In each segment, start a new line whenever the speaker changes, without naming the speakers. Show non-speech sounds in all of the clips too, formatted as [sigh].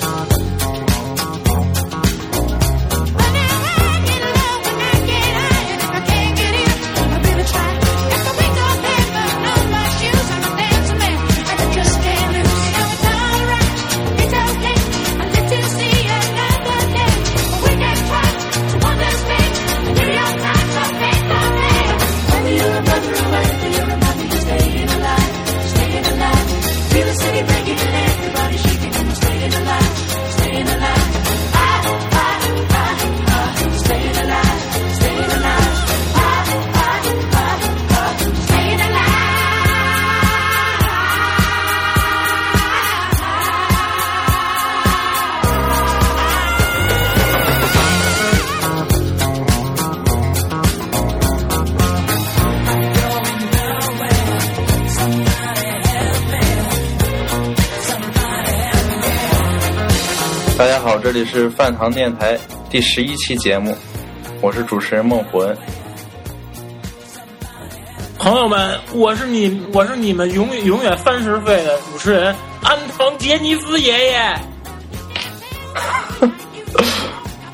Oh,
大家好，这里是饭堂电台第十一期节目，我是主持人梦魂。
朋友们，我是你，我是你们永远永远三十岁的主持人安藤杰尼斯爷爷。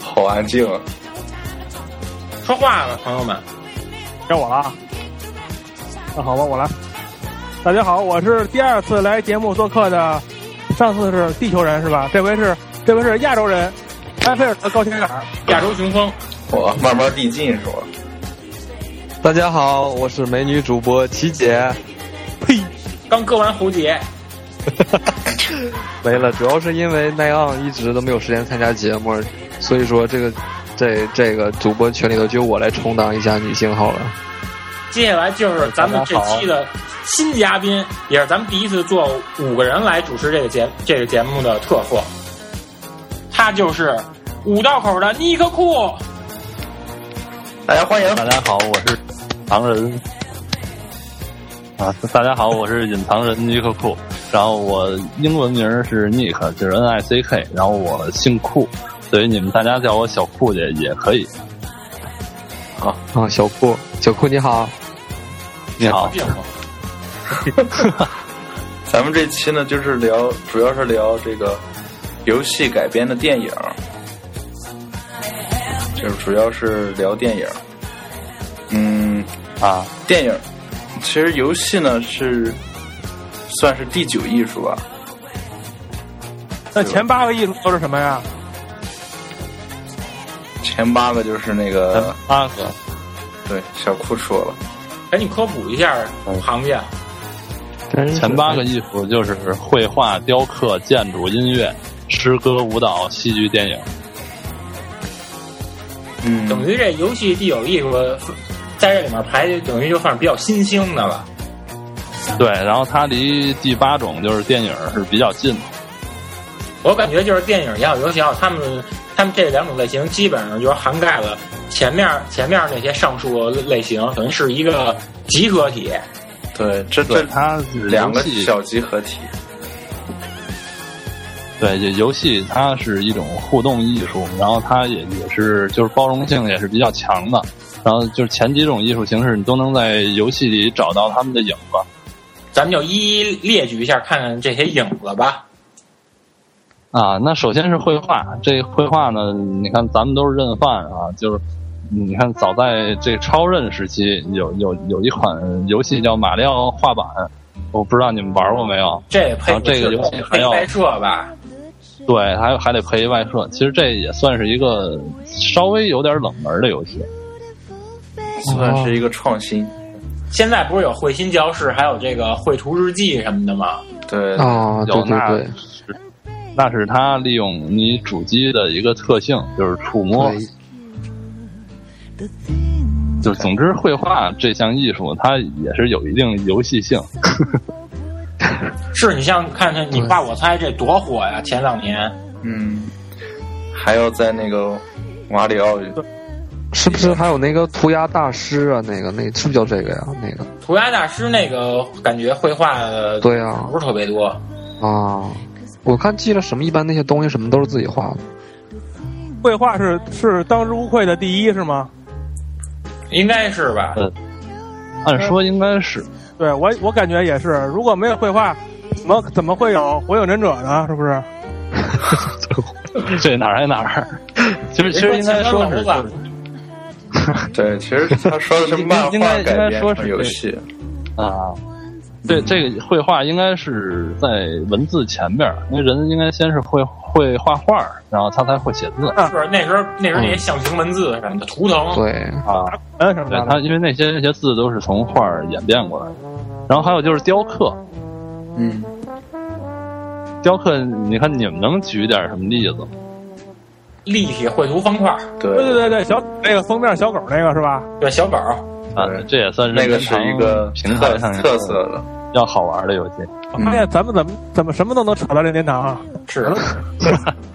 好安静啊，
说话了，朋友们，
该我了啊！那好吧，我来。大家好，我是第二次来节目做客的，上次是地球人是吧？这回是这回是亚洲人，埃菲尔的高铁杆儿。
亚洲雄风，
我慢慢递进是吧？
大家好，我是美女主播琪姐。
呸！
刚割完喉结，
没了，主要是因为奈昂一直都没有时间参加节目，所以说这个这这个主播群里头就我来充当一下女性好了。
接下来就是咱们这期的新嘉宾，也是咱们第一次做五个人来主持这个节这个节目的特色。他就是五道口的尼克库，
大家欢迎
大家好，我是藏人啊！大家好，我是隐藏人尼克库，然后我英文名是 Nick，就是 N I C K，然后我姓库，所以你们大家叫我小库姐也可以。
啊，小库，小库你好，
你好，
病吗？
咱们这期呢，就是聊，主要是聊这个游戏改编的电影，就是主要是聊电影。嗯，
啊，
电影，其实游戏呢是算是第九艺术吧，
那前八个艺术都是什么呀？
前八个就是那个，
八个
对，小库说了，
赶哎紧科普一下行业。
前八个艺术就是绘画、雕刻、建筑、音乐、诗歌、舞蹈、戏剧、电影。
嗯，
等于这游戏第九艺术在这里面排，等于就算是比较新兴的了。
对，然后它离第八种就是电影是比较近的。
我感觉就是电影也好，游戏也好，他们他们这两种类型基本上就是涵盖了前面前面那些上述类型，等于是一个集合体。
对，这这
对，它是
两个
游戏
小集合体，
对，这游戏它是一种互动艺术，然后它也也是就是包容性也是比较强的，然后就是前几种艺术形式你都能在游戏里找到他们的影子。
咱们就一一列举一下，看看这些影子吧。
啊，那首先是绘画，这绘画呢，你看咱们都是认饭啊，就是你看早在这超任时期，有有有一款游戏叫马里奥画板，我不知道你们玩过没有？
这配
啊这个游戏还要
配拍摄吧？
对，还还得配外设，其实这也算是一个稍微有点冷门的游戏。哦
算是一个创新，
现在不是有绘心教室，还有这个绘图日记什么的吗？
对，
哦
啊，对
有
对
那
对，
是那是它利用你主机的一个特性，就是触摸。
对
就总之，绘画这项艺术它也是有一定游戏性。
是你像看看你画我猜这多火呀！前两年
嗯，还要在那个马里奥
是不是还有那个涂鸦大师啊？那个那是不是叫这个呀？那个
涂鸦大师那个感觉绘画的
对啊
不是特别多，
啊，我看记了什么，一般那些东西什么都是自己画的。
绘画是是当之无愧的第一是吗？
应该是吧？
呃按说应该是
对我我感觉也是，如果没有绘画，怎么怎么会有火影忍者呢？是不是？
这哪儿爱哪儿，其实其实应该说是就是
对，其实他说的
[laughs]
是漫
应
画
该应该
改编
说
成
是
游
对
戏，
啊，对这个绘画应该是在文字前面，因为人应该先是会会画画，然后他才会写字
是那时候那时候那些象形文字什么的图腾，
对，
啊。
嗯，什么
对
的。
它，因为那些那些字都是从画儿演变过来的。然后还有就是雕刻，
嗯，
雕刻，你看你们能举点什么例子吗？
立体绘图方块，
对
对对对对，小那个封面小狗那个是吧？
对小狗，
啊
对，
这也算是
那个
任
是
天堂
一个
平台
特
上一个
特色的，
要好玩的游戏。
我发哎现咱们怎么怎么什么都能扯到任天堂啊，
是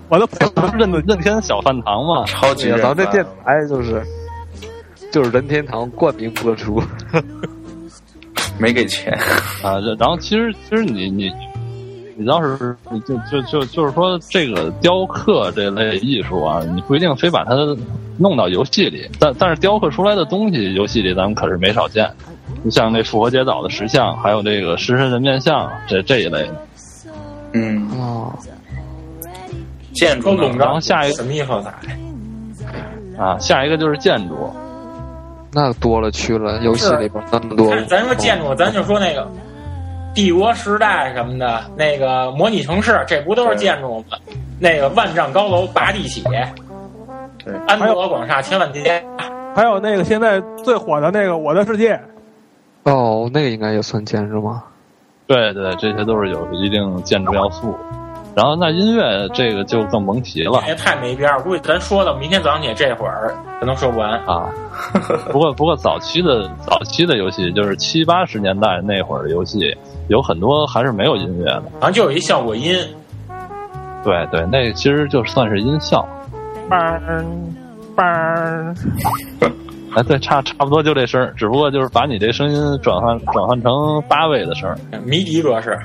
我都佩服
不是
[laughs]
任任天小饭堂吗？
超级
对呀咱
人
们这
贩
电台就是就是任天堂冠名播出。
没给钱，
呃啊，这然后其实其实你你你要是就就就就是说这个雕刻这类艺术啊，你不一定非把它弄到游戏里，但但是雕刻出来的东西，游戏里咱们可是没少见。你像那复活节岛的石像，还有这个狮身人面像啊这这一类的。
嗯，
哦，
建筑
都
呢
笼
然后
罩
下一个
什么以后呢？
啊，下一个就是建筑，
那多了去了，游戏里边那么多。
看咱说建筑，咱就说那个帝国时代什么的，那个模拟城市，这不都是建筑吗？那个万丈高楼拔地起，
对
安德广厦千万间，
还有那个现在最火的那个《我的世界》，
哦，那个应该也算建筑吗？
对对，这些都是有一定建筑要素。然后那音乐这个就更甭提了
也哎太没边儿。估计咱说到明天早上起来这会儿，可能说不完。
啊。不过不过早期的早期的游戏，就是七八十年代那会儿的游戏，有很多还是没有音乐的。
好像就有一效果音，
对对，那其实就算是音效。
梆梆，
哎，对，差差不多就这声儿，只不过就是把你这声音转换转换成八位的声儿
迷笛格式。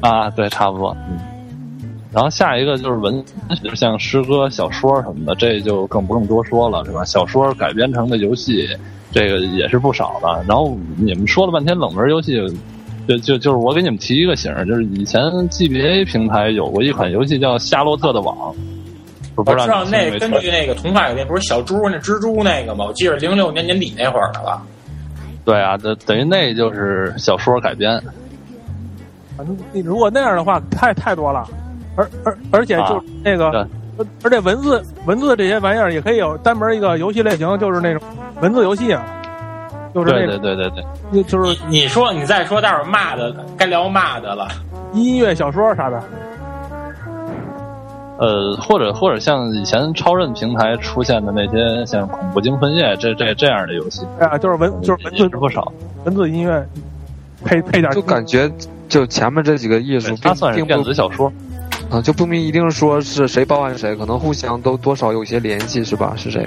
啊，对，差不多。嗯。然后下一个就是文，就是像诗歌、小说什么的，这就更不用多说了，是吧？小说改编成的游戏，这个也是不少的。然后你们说了半天冷门游戏，就就就是我给你们提一个醒儿，就是以前 GBA 平台有过一款游戏叫《夏洛特的网》，我不
我
知道
知道
你们
那
听没
根
听
据那个童话有那不是小猪那蜘蛛那个吗？我记得零六年年底那会儿的了。
对啊，等等于那就是小说改编。
反正你如果那样的话，太太多了，而而而且就是那个，
啊
而而且文字文字这些玩意儿也可以有单门一个游戏类型，就是那种文字游戏啊，就是那
对
种
对对对对。
就就是
你说你再说，待会儿骂的该聊骂的了。
音乐小说啥的。
呃，或者或者像以前超任平台出现的那些像《恐怖精分夜》这这这样的游戏，
哎呀，就是文就是文
也是
字
不少。
文字音乐，配配
啊
点
就感觉就前面这几个艺术
对
并
它算是
并
电
不
子小说，
啊，就不明一定说是谁包含谁，可能互相都多少有些联系，是吧？是这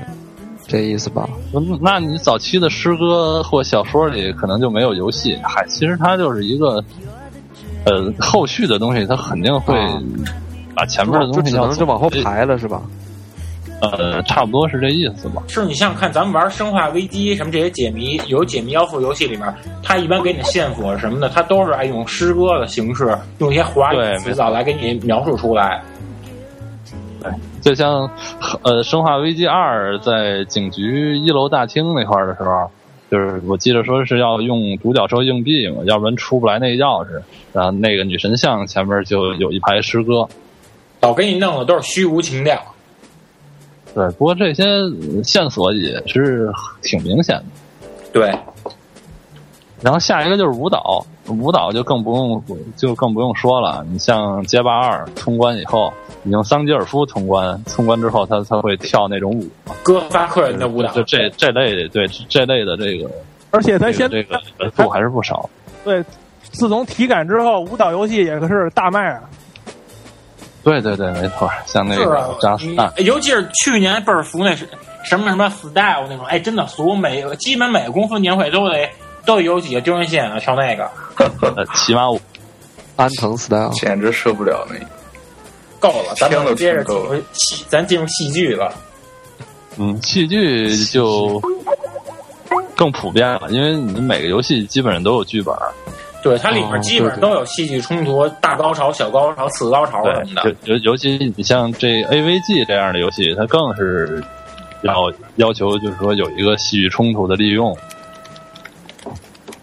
这意思吧？
嗯那你早期的诗歌或小说里可能就没有游戏。嗨，其实它就是一个，呃，后续的东西，它肯定会
啊
把前面的
就
东西
只
要
能是往后。排了，是吧？
呃，差不多是这意思吧。
是你像看咱们玩《生化危机》什么这些解谜有解谜要素游戏里面，它一般给你的线索什么的，它都是爱用诗歌的形式，用一些华
对
语词藻来给你描述出来。
就像呃，《生化危机二》在警局一楼大厅那块儿的时候，就是我记得说是要用独角兽硬币嘛，要不然出不来那钥匙。然后那个女神像前面就有一排诗歌。
老给你弄的都是虚无情调，
对，不过这些线索也是挺明显的。
对，
然后下一个就是舞蹈，舞蹈就更不用就更不用说了。你像《街霸二》通关以后，你用桑吉尔夫通关，通关之后他他会跳那种舞，
哥发克人的舞蹈，
就这这类对这类的这个
而且咱
这个
现
这个元素还是不少。
对，自从体感之后，舞蹈游戏也是大卖啊。
对对对，没错，像那
是啊
个扎斯
你
坦，
尤其是去年倍儿服那是什么什么 style 那种，哎，真的服，每个基本每个公司年会都得都得有几个丢人现眼的跳啊那个，
呃，骑马舞，
安藤 style
简直受不了那个。
够了，咱
听都
们接着
听
进
够了
入戏，咱进入戏剧了。
嗯，戏剧就更普遍了，因为你每个游戏基本上都有剧本，
对，它里
哦
面基本上
对
都有戏剧冲突、大高潮、小高潮、次高潮什么的。
对，尤尤尤其你像这 AVG 这样的游戏，它更是要要求就是说有一个戏剧冲突的利用。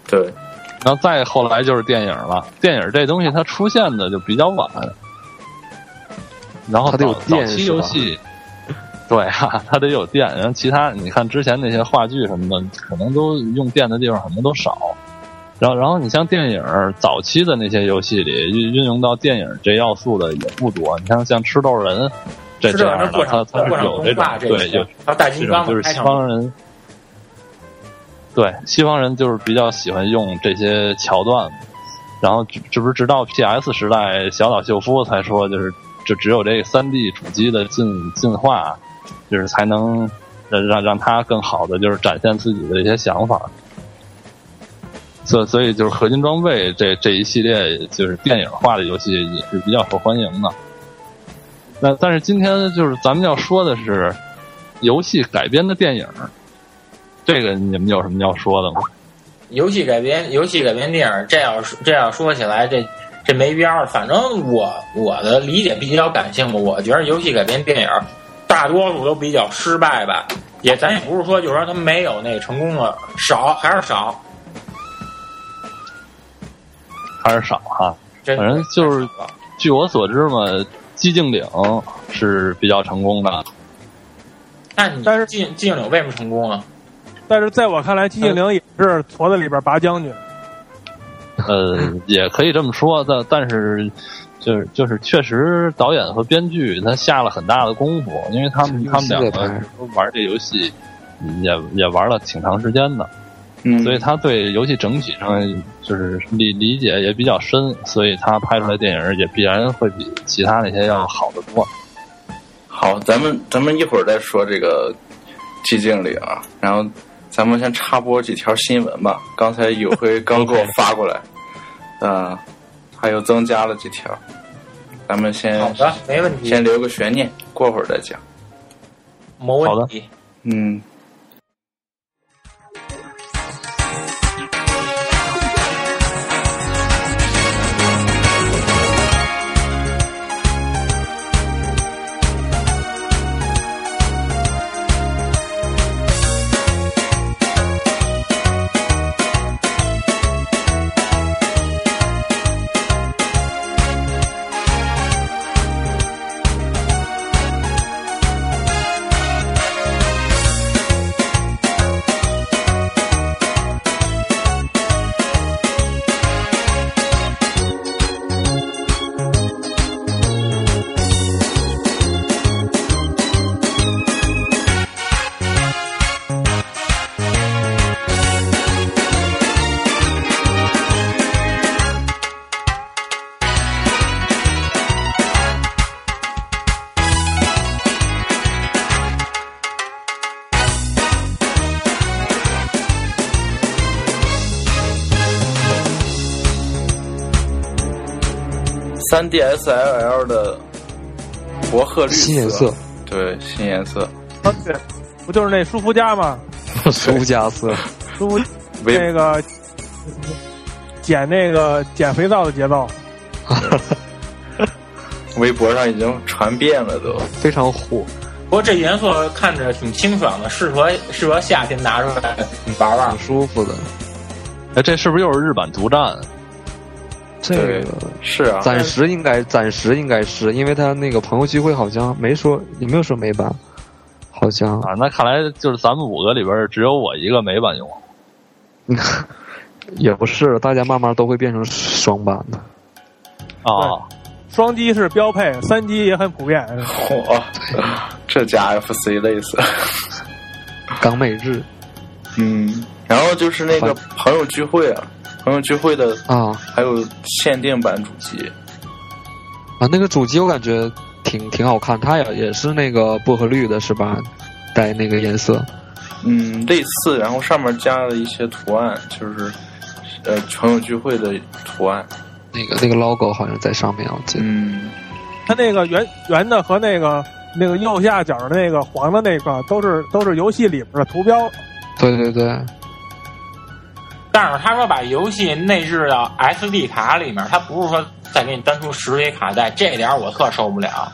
对，
然后再后来就是电影了，电影这东西它出现的就比较晚，然后
它得有
早
电
早期
是吧
游戏，对啊， [laughs] 它得有电。然后其他你看之前那些话剧什么的，可能都用电的地方可能都少。然后，然后你像电影早期的那些游戏里运运用到电影这要素的也不多。你像像吃豆人这
是
这
这
样的，
过
它
场
它是
过场
有这
动
种
画这
对有
些，还有大
这
金
种
刚
就是
开
西
场
方人，对西方人就是比较喜欢用这些桥段嘛。然后这这不是直到 PS 时代，小岛秀夫才说，就是就只有这三 D 主机的进进化，就是才能让让让他更好的就是展现自己的一些想法。所所以就是合金装备这这一系列就是电影化的游戏也是比较受欢迎的。那但是今天就是咱们要说的是游戏改编的电影，这个你们有什么要说的吗？
游戏改编，游戏改编电影，这要这要说起来，这这没边儿。反正我我的理解比较感性吧，我觉得游戏改编电影大多数都比较失败吧。也咱也不是说，就是说他没有那成功的少，还是少，
还是少哈。
真的
反正就是
还少吧
据我所知嘛，《寂静岭》是比较成功的。
那你
但是
寂寂静岭为什么成功啊？
但是在我看来，寂静岭也是矬子里边拔将军。
呃，也可以这么说，但但是就是就是确实导演和编剧他下了很大的功夫，因为他们他们两个都玩这游戏也也玩了挺长时间的，
嗯，
所以他对游戏整体上就是理理解也比较深，所以他拍出来的电影也必然会比其他那些要好得多。
好，咱们咱们一会儿再说这个寂静岭啊，然后咱们先插播几条新闻吧。刚才友辉刚给我发过来，嗯、还有增加了几条，咱们先
好的，没问题，
先留个悬念，过会儿再讲。
没问题。
嗯，三 DSLL 的薄荷绿
新颜色，
对新颜色，
啊，对，不就是那舒肤佳吗？
[laughs] 苏加色，
[laughs]
舒肤
微
那个减那个减肥皂的节奏，
微博上已经传遍了都。
非常火。
不过这颜色看着挺清爽的，适合适合夏天拿出来玩玩
挺。舒服的。
哎，这是不是又是日版独占？啊
这
对
个
是啊，
暂时应该暂时应该是因为他那个朋友聚会好像没说，有没有说美版？好像
啊，那看来就是咱们五个里边儿只有我一个美版用户。
也不是，大家慢慢都会变成双版的。
啊。
双击是标配，三击也很普遍。
火， [laughs] 这家 FC 累死了。
港美日
嗯，然后就是那个朋友聚会啊，朋友聚会的
啊
还有限定版主机，
啊，那个主机我感觉挺挺好看，它也也是那个薄荷绿的是吧？带那个颜色，
嗯，类似，然后上面加了一些图案，就是呃朋友聚会的图案，
那个那个 logo 好像在上面，我记得。
嗯，
它那个圆圆的和那个那个右下角的那个黄的那个，都是都是游戏里边的图标。
对对对，
但是他说把游戏内置到 SD 卡里面，他不是说再给你单出实体卡带，这点我特受不了。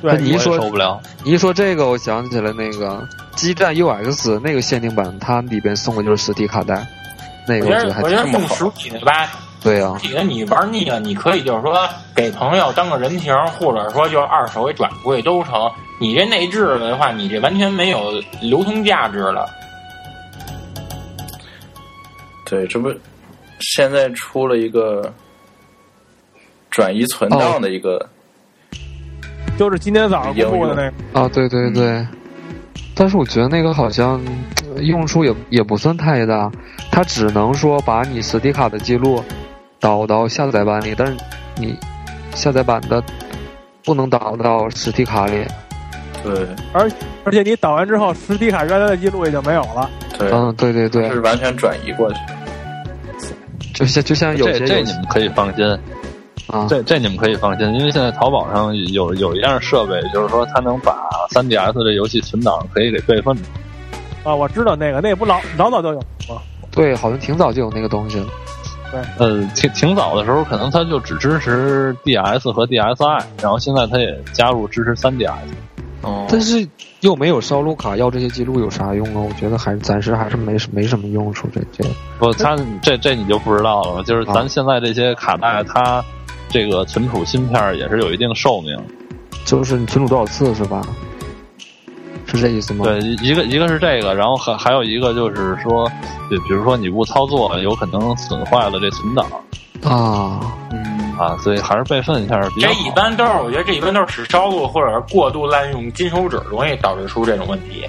那
对，
你一
我也
说
受不了，
你一说这个，我想起来那个《激战 UX》那个限定版，它里边送的就是实体卡带，那
我觉
个我觉
得
得还
我觉
挺
这
得
么
送
好
实体的吧，
对啊
实，体的你玩腻了，你可以就是说给朋友当个人情，或者说就是二手给转出去都成。你这内置了的话，你这完全没有流通价值了。
对，这不现在出了一个转移存档的一个，
就是今天早上公布的那个，
啊，对
嗯
对对。但是我觉得那个好像呃用处也也不算太大，它只能说把你实体卡的记录导到下载版里，但是你下载版的不能导到实体卡里。
对
而且你导完之后，实体卡原来的记录已经没有了。
对，哦
嗯，对对对
是，完全转移过去，
就像就像有
这
些
这
游
你
戏
们可以放心，
啊，
这这你们可以放心，因为现在淘宝上有有一样设备，就是说它能把 3DS 这游戏存档可以给备份的。
啊，我知道那个，那不老老早就有吗？
对，好像挺早就有那个东西了。
呃，挺挺早的时候，可能它就只支持 DS 和 DSi，然后现在它也加入支持 3DS。
哦，
但是又没有烧录卡，要这些记录有啥用啊？我觉得还是暂时还是没什没什么用处。这这个
不，它这这你就不知道了，就是
嗯啊
咱现在这些卡带，它这个存储芯片儿也是有一定寿命。
就是你存储多少次是吧？是这意思吗？
对，一个一个是这个，然后还还有一个就是说，比比如说你误操作，有可能损坏了这存档
啊，
嗯，
啊，所以还是备份一下比较
这
好。
一般都是，我觉得这一般都是使烧录或者是过度滥用金手指，容易导致出这种问题。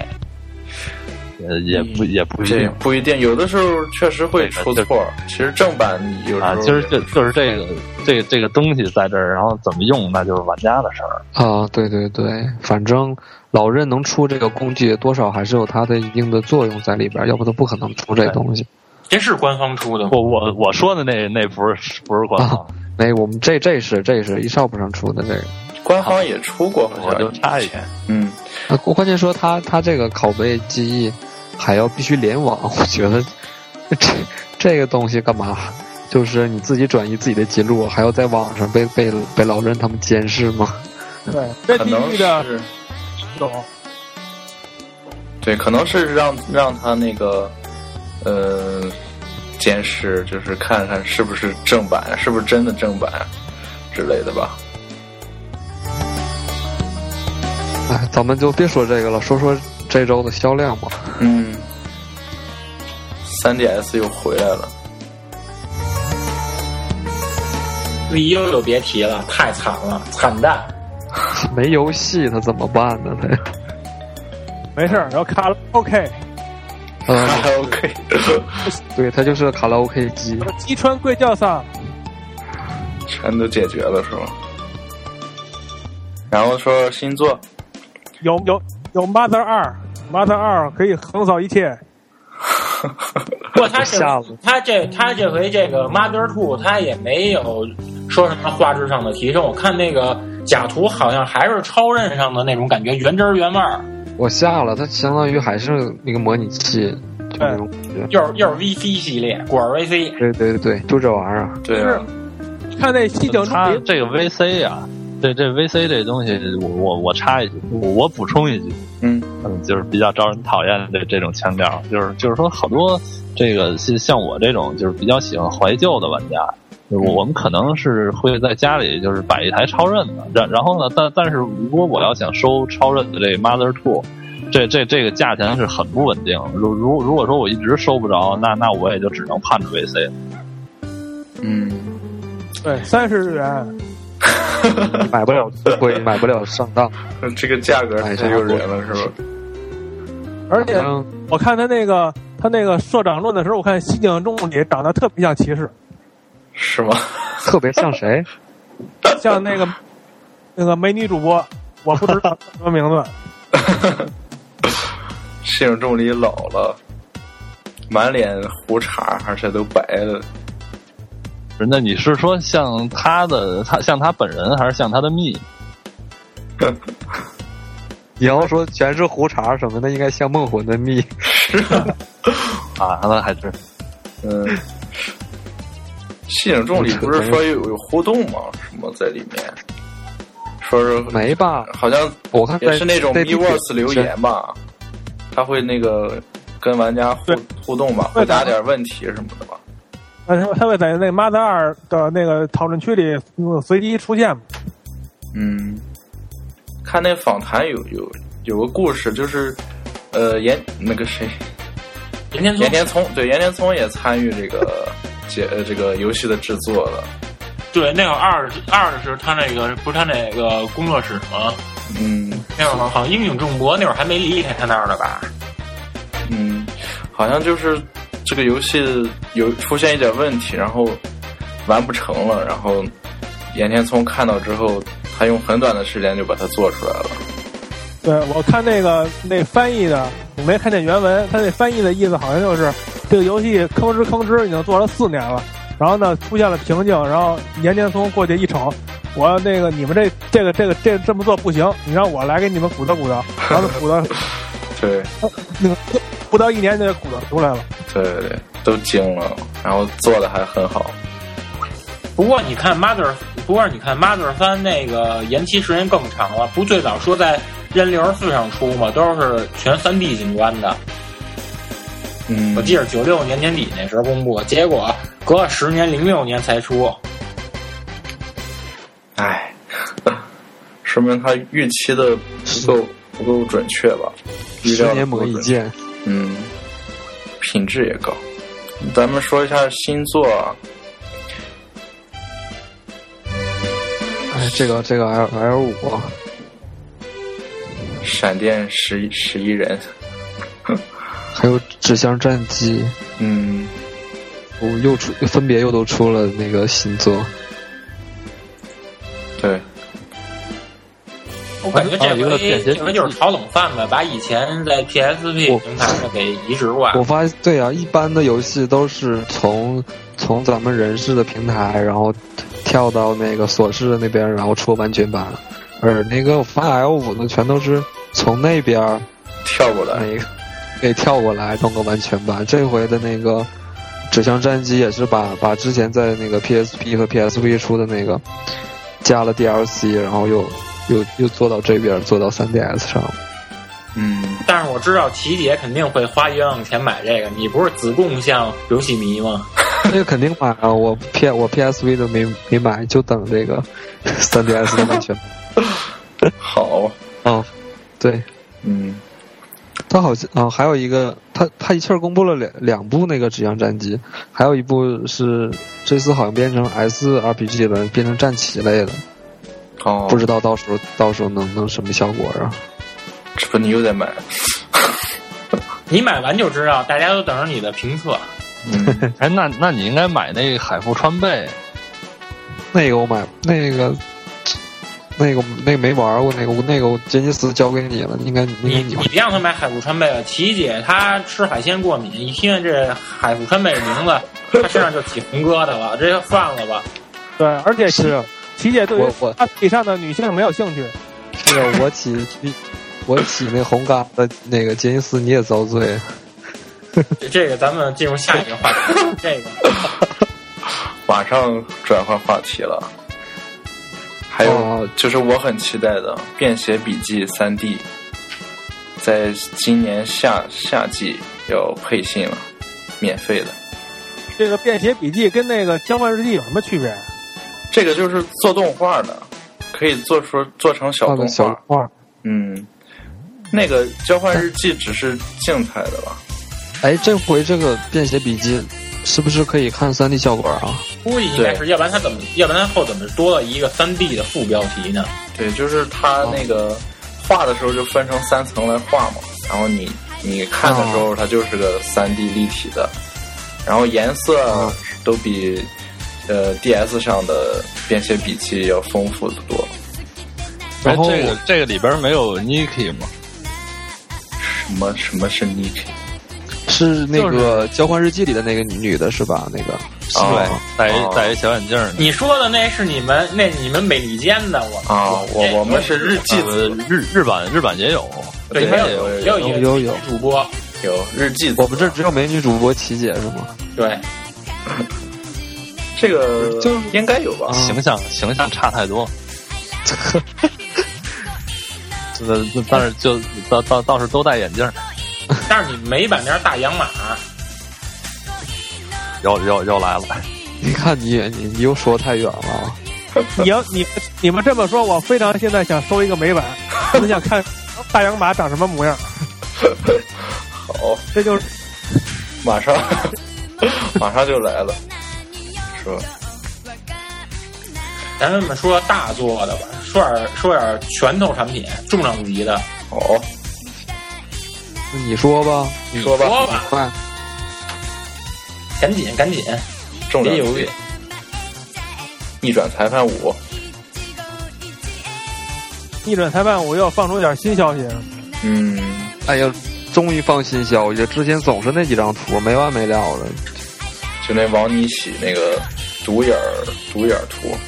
呃也不
嗯
嗯
也不一
这
定
不一定，有的时候确实会出错。其实正版你有时候
啊，其实就就是这个这个这个东西在这儿，然后怎么用那就是玩家的事儿。
啊，对对对，反正老任能出这个工具，多少还是有它的一定的作用在里边儿，要不他不可能出这
对
东西。
这是官方出的吗？
我我我说的那那不是不是官方，
哎，我们这这是这是 eShop 上出的这个，
官方也出过，好
我就
像
插一下。
嗯，
啊，关关键说他他这个拷贝记忆还要必须联网， [laughs] 我觉得这这个东西干嘛？就是你自己转移自己的记录，还要在网上被被被老任他们监视吗？ [laughs]
对，这
可
地
能
狱的
是
有，
对，可能是让让他那个呃监视，就是看看是不是正版，是不是真的正版之类的吧。
哎，咱们就别说这个了，说说这周的销量吧。 [laughs]
嗯，三 DS 又回来了，
一六就别提了，太惨了，惨淡。
没游戏他怎么办呢？ [laughs] 他
没事儿，然后卡拉 OK，
呃，
[laughs] OK，
对他就是卡拉 OK 机，
击穿贵教上，
全都解决了是吗？然后说星座，
有有有 Mother 二，Mother 二可以横扫一切，
不过他这
吓我
他这他这回这个 Mother Two 他也没有说什么画质上的提升，我看那个假图好像还是超任上的那种感觉，原汁儿原味儿，
我下了，它相当于还是那个模拟器，就那种
哎
感觉。
又是又是 VC 系列，果儿 VC。
对对对，就这玩意儿。
[laughs] 对
是
啊，
看那 [laughs] 西景
它
录
这个 VC 啊，对这 VC 这东西，我我我插一句，我我补充一句，
嗯
嗯，就是比较招人讨厌的这种腔调，就是就是说好多这个像像我这种就是比较喜欢怀旧的玩家，我我们可能是会在家里就是摆一台超任的，然然后呢，但但是如果我要想收超任的这 Mother Two。这这这个价钱是很不稳定，如如如果说我一直收不着，那那我也就只能盼着 VC 了。
嗯，
对，三十日元，
啊买不
[laughs]
了吃亏，买不了上当。
这个价格太诱人了是吧？
而且
反正
我看他那个他那个社长论的时候，我看西景中里长得特别像骑士，
是吗？
特别像谁？
像那个那个美女主播，我不知道什么名字，
摄影助理老了，满脸胡茬，而且都白了。
那你是说像他的他像他本人，还是像他的密？
你要说全是胡茬什么的，应该像梦魂的蜜。
啊，那还真
嗯，戏影众里不是说有有互动吗？什么在里面？说是
没吧？
好像
我看
也
在
是那种
在
MeWorks 留言吧，他会那个跟玩家互
对
互动吧，
对
回答点问题什么的吧。
但是他会在那 Mother 二的那个讨论区里嗯随机出现嘛。
嗯，看那访谈有有有个故事，就是呃严那个谁
严天
岩
聪，
田聪对岩田聪也参与这个节呃这个游戏的制作了。
对，那会儿二二是他那个不是他那个工作室吗？
嗯
那会儿好像英影众博那会儿还没离开他那儿呢吧？
嗯，好像就是这个游戏有出现一点问题，然后完不成了，然后岩田聪看到之后，他用很短的时间就把它做出来了。
对，我看那个那翻译的，我没看见原文，他那翻译的意思好像就是这个游戏吭哧吭哧已经做了四年了，然后呢出现了瓶颈，然后年年松过去一瞅，我说那个你们这这个这个这这么做不行，你让我来给你们鼓捣鼓捣，然后鼓捣
对
那个不到一年就给鼓捣出来了。
对对对，都精了，然后做的还很好。
不过你看 Mother，不过你看 Mother 三那个延期时间更长了，不最早说在任六十四上出吗？都是全三 D 景观的，
嗯，
我记得九六年年底那时候公布，结果隔了十年零六年才出。
唉， [laughs] 说明他预期的不够不够准确吧？预
十
料的
年
不够
磨一
准确
剑，
嗯，品质也高。咱们说一下新作啊，
哎，这个这个 L L 五，啊
《闪电十一十一人》。
还有纸箱战机，
嗯，
我又出分别又都出了那个新作，
对，
我感觉
还有
这
一个便
回
携
这回就是炒冷饭吧，把以前在 PSP
我
平台上给移植过来
我。发现对啊，一般的游戏都是从从咱们人事的平台，然后跳到那个索氏那边，然后出完全版，而那个我发现 L 五呢，全都是从那边儿
跳过来，
那个给跳过来弄个完全版。这回的那个纸箱战机也是把把之前在那个 PSP 和 PSV 出的那个加了 DLC，然后又又又做到这边儿，做到 3DS 上了。
嗯，
但是我知道琪姐肯定会花冤枉钱买这个，你不是子贡向游戏迷吗？
那个肯定买啊！我 P 我 PSV 都没没买，就等这个 [laughs] 3DS 的版权。
好，
[laughs] 哦，对，
嗯，
它好像啊、还有一个，它它一气儿公布了两两部那个纸箱战机，还有一部是这次好像变成 SRPG 了，变成战棋类的，
哦，
不知道到时候到时候能能什么效果啊？
这不你又在买，
你买完就知道，大家都等着你的评测。
[laughs]
嗯，
[laughs] 哎，那那你应该买那个海富川贝，
那个我买那个。那个那个没玩过，那个我那个我杰尼斯交给你了，应该应该
你
你会
你别让他买海富川贝了，琪姐她吃海鲜过敏，一听见这海富川贝这名字，她身上就起红疙瘩了，这就算了吧。
对，而且是琪姐对于
我我
她以上的女性没有兴趣。
那个我起你我起那红嘎的那个杰尼斯你也遭罪，
这这个咱们进入下一个话题，这个
马上转换话题了。还有
哦
就是我很期待的《便携笔记三 D》，在今年夏夏季要配信了，免费的。
这个便携笔记跟那个交换日记有什么区别？
这个就是做动画的，可以做出做成小
画
动
个小
画。
画。
嗯，那个交换日记只是静态的吧？
哎，这回这个便携笔记是不是可以看三 D 效果啊？
估计应该是，要不然他怎么，要不然他后怎么多了一个三 D 的副标题呢？
对，就是它那个画的时候就分成三层来画嘛，然后你你看的时候它就是个三 D 立体的，然后颜色啊
哦
都比呃 DS 上的便携笔记要丰富的多。
哎
然，后
这个这个里边没有 Niki 吗？
什么什么是 Niki？
是那个《交换日记》里的那个女的是吧？那个
哦
戴
哦
啊一戴一小眼镜儿呢，
你说的那是你们那你们美利坚的，我们
啊，我我们是日记组，
呃日日版日版也有，
对，也有也有一个
有有
主播，
有日记组
我们这只有美女主播琪姐是吗？
对，
这个
就是
应该有吧？
形象形象差太多。呃，但是就倒倒倒是都戴眼镜儿，
但是你美版那是大洋马，
又又又来了。
你看你你你又说太远了，
你要你你们这么说，我非常现在想收一个美版，我想看大洋马长什么模样。
啊
好，
这就是
马上 [laughs] 马上就来了，是吧？
咱们说大作的吧，说点说点拳头产品，重量级的，
好，
那你说吧，你
说吧，
说吧，
快
赶紧赶紧，
重
别
点
犹豫。
逆转裁判五，
逆转裁判五又放出点新消息，
嗯，
哎呀，终于放新消息，之前总是那几张图没完没了的，
就那王尼喜那个独眼儿独眼儿图，嗯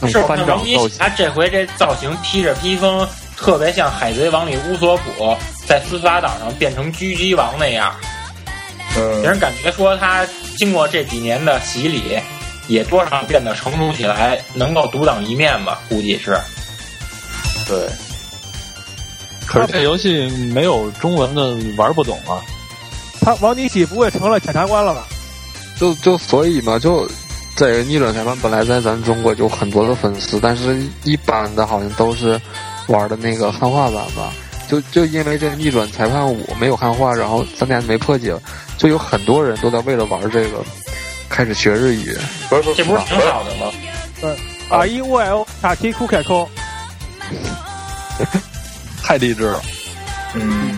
那
是
种
我
翻
看
掌
王一
造
喜
型，
他啊这回这造型披着披风，特别像海贼王里乌索普在司法岛上变成狙击王那样，给
嗯，
人感觉说他经过这几年的洗礼，也多少变得成熟起来，能够独当一面吧，估计是。
对，
[laughs] 可是这游戏没有中文的玩不懂啊。
他王尼喜不会成了检察官了吧？
就就所以嘛，就这个逆转裁判本来在咱中国有很多的粉丝，但是一般的好像都是玩的那个汉化版吧。就就因为这个逆转裁判五没有汉化，然后咱俩没破解，就有很多人都在为了玩这个开始学日语。
不是不是
这不是挺好的吗？
啊，E O L 塔 T 库凯扣，
太励志了！
嗯，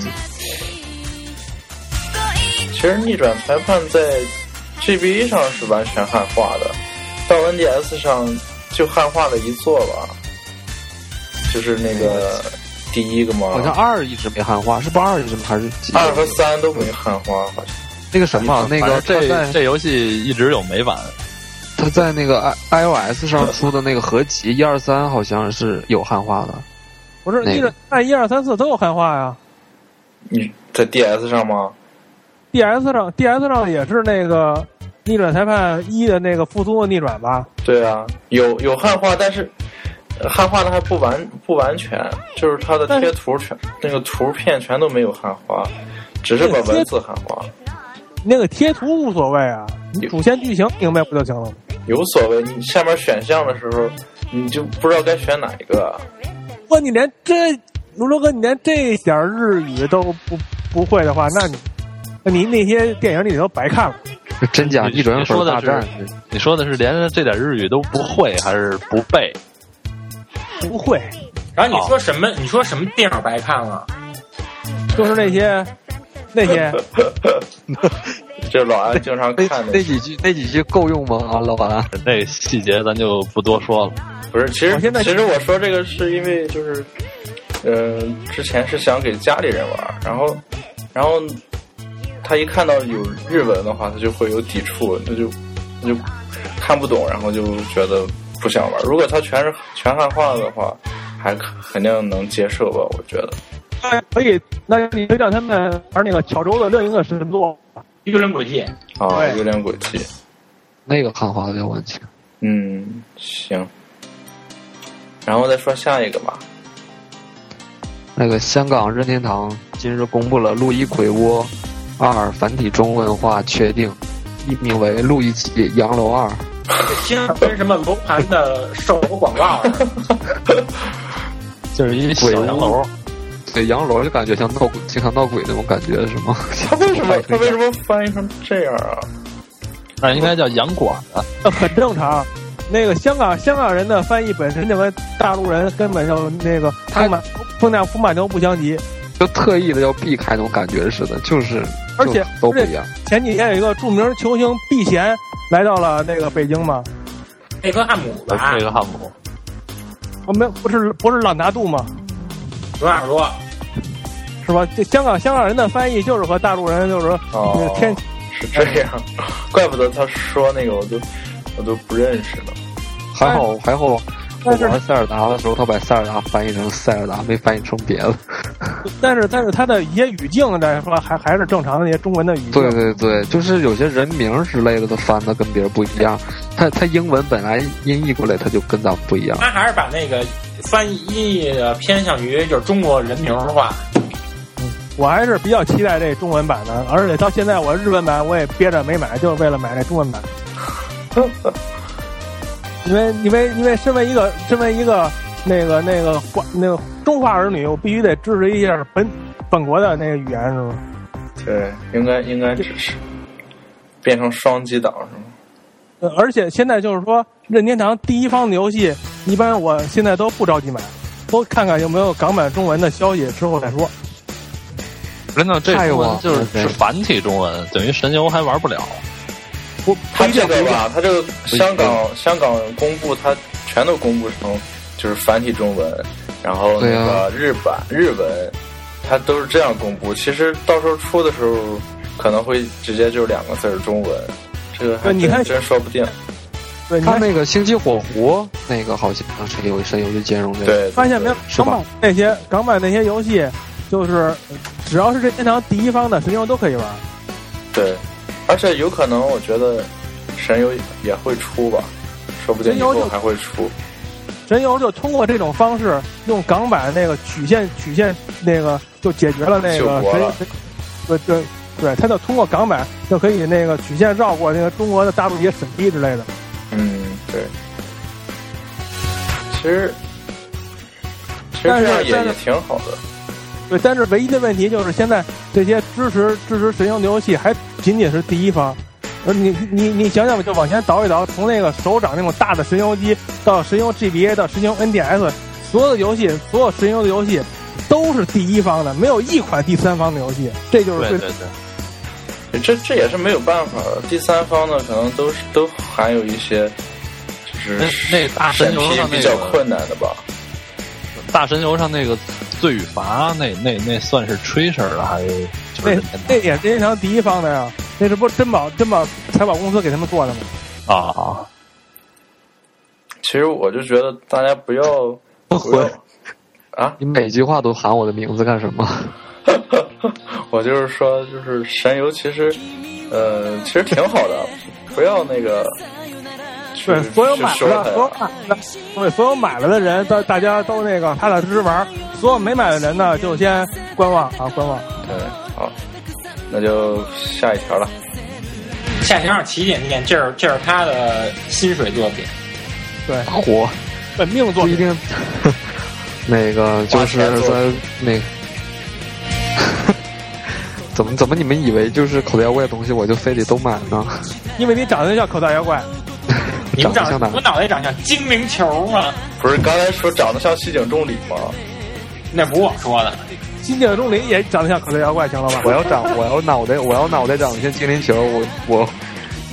其实逆转裁判在 GB 上是完全汉化的，到 NDS 上就汉化了一座吧，就是那个第一个
好像
嘛，
二一直没汉化，是不是二一直还是几？
二和三都没汉化，好像
那个什么，那
反
个
正
他
这
在
这游戏一直有美版，
他在那个 i iOS 上出的那个合集一二三好像是有汉化的，
不是
哪个
逆转按一二三四都有汉化呀。
你在 DS 上吗？
D S 上 D S 上也是那个逆转裁判一的那个复苏的逆转吧？
对啊，有有汉化，但是呃汉化的还不完不完全，就是它的贴图全那个图片全都没有汉化，只是把文字汉化。
那个贴图无所谓啊，你主线剧情明白不就行了吗？
有所谓，你下面选项的时候，你就不知道该选哪一个。啊
不，你连这卢卢哥，你连这点儿日语都不不会的话，那你那你那些电影你都白看了。
就真假
你
逆转
你
粉
说的
大
是
战。
你说的是连这点日语都不会还是不背？
不会，
然后你说什么？你说什么电影白看啊了？
就是那些那些
就老安经常
那
看
那
的，
几句那几句够用吗？啊，老板，
那细节咱就不多说了。
不是？其实
我现在
其实我说这个是因为就是，呃，之前是想给家里人玩，然后然后他一看到有日文的话，他就会有抵触，他就他就看不懂，然后就觉得不想玩。如果他全是全汉化的话，还可肯定能接受吧？我觉得。
可哎以，那你就让他们玩那个巧周的另一个神作，
《幽灵轨迹》
啊，
对
有点鬼气。
那个汉化的有问题。
嗯，行。然后再说下一个吧。
那个香港任天堂今日公布了《路易鬼屋二》繁体中文化确定，译名为《路易吉洋楼二》。
听着跟什么楼盘的售楼广 [laughs] 告啊似的。
就是一小
鬼
洋楼
屋，对洋楼就感觉像闹鬼，经常闹鬼那种感觉是 [laughs] 吗？
他为什么他为什么翻译成这样啊？
那应该叫洋馆啊。
那很正常。那个香港香港人的翻译本身就跟大陆人根本就那个
他
风马风马风马牛不相及。
就特意的要避开那种感觉似的，就是
而且
就都不一样。
前几天有一个著名球星避嫌来到了那个北京嘛，
贝克汉姆吧
贝，克汉姆，
我们哦不是不是朗拿度嘛，
罗纳尔多。
是吧？这香港香港人的翻译就是和大陆人就是说
哦，
天
是这样， [laughs] 怪不得他说那个我都我都不认识呢。
还好还好，我
但是
玩塞尔达的时候，他把塞尔达翻译成塞尔达，没翻译成别的。
但是但是他的一些语境来说，还还是正常的那些中文的语境。
对对对，就是有些人名之类的，他翻的跟别人不一样。他他英文本来音译过来，他就跟咱们不一样。
他还是把那个翻译的偏向于就是中国人名化，
我还是比较期待这中文版的，而且到现在我日文版我也憋着没买，就是为了买这中文版。 [laughs] 因为因为因为身为一个身为一个那个那个华那个中华儿女，我必须得支持一下本本国的那个语言，是吗？
对，应该应该只是变成双击党是吗？
呃而且现在就是说，任天堂第一方的游戏，一般我现在都不着急买，都看看有没有港版中文的消息，之后再说。
哎
真的这
太有
中文
网
就是
了对
是繁体中文，等于神游还玩不了。
不，
他这
不一
个
定
吧，他这个香港香港公布，他全都公布成就是繁体中文，然后那
对
个
啊
日版、日文，他都是这样公布。其实到时候出的时候，可能会直接就两个字儿中文，这个还
呃对你
真
看
真说不定。
对，你
他
看
那个星际火狐那个好像是有深有去兼容这个，
对，
发现没有，
是
港
吧
版那些港版那些游戏，就是只要是这天堂第一方的，实际上都可以玩。
对，而且有可能，我觉得神游也会出吧，说不定
神
以
游
后
就
还会出。
神游就通过这种方式，用港版那个曲线曲线那个就解决了那
救
个
国
神
了
神，对对对，他就通过港版就可以那个曲线绕过那个中国的大陆一些审批之类的。
嗯，对。其实，其实
但是
这样也
但是
也挺好的。
对，但是唯一的问题就是现在这些支持支持神游的游戏还仅仅是第一方。而你你你想想吧，就往前倒一倒，从那个手掌那种大的神游机到神游 GBA 到神游 NDS，所有的游戏，所有神游的游戏都是第一方的，没有一款第三方的游戏，这就是最
对对，
这这也是没有办法的。第三方呢，可能都是都含有一些，就是
那那大神
审
游上
批
那
比较
个
困难的吧。
大神游上那个罪与罚，那那那算是吹事儿了，还是就
那
是
那也是任天堂第一方的呀，那是不是珍宝珍宝财宝公司给他们做的吗？
啊啊，
其实我就觉得大家不要不要
我
啊，
你每句话都喊我的名字干什么？
[laughs] 我就是说，就是神游其实，呃，其实挺好的，不要那个去
对，所有
去
买
说
了，
它呀
所有买了，对，所有买了的人，大大家都那个踏踏实实玩儿；所有没买的人呢，就先观望啊，观望。
对，哎好，那就下一条了。
下一条是起点念，这是这是他的薪水作品，
对，
火
本命作
不一
品，
定，那个就是
花钱做
在那 [laughs] 个。怎么怎么你们以为就是口袋妖怪的东西我就非得都买呢？
因为你长得像口袋妖怪，
你们长
长得像哪
我脑袋长像精灵球吗？
不是刚才说长得像西井重里吗？
那不是我说的，
新井钟林也长得像口袋妖怪，行了吧？
我要长，我要脑袋，我要脑袋长得像精灵球，我我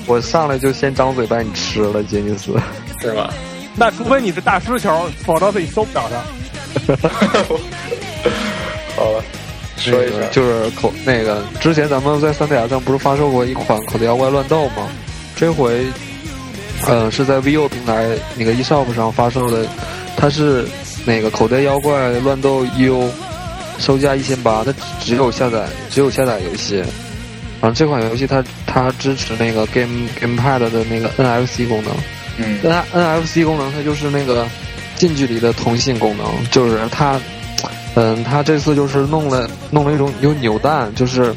我上来就先张嘴把你吃了，杰尼斯。
是吧？
那除非你是大师球，否则自己收不了的。
好了，说一下，
[laughs] 就是口那个之前咱们在三 DS 上不是发售过一款口袋妖怪乱斗吗？这回，呃，是在 VU 平台那个 eShop 上发售的，它是那个口袋妖怪乱斗，E U，售价一千八，它只有下载只有下载游戏。然后这款游戏它它支持那个 Game GamePad 的那个 NFC 功能。
嗯，
N NFC 功能，它就是那个近距离的通信功能，就是它，嗯，它这次就是弄了弄了一种有扭蛋，就是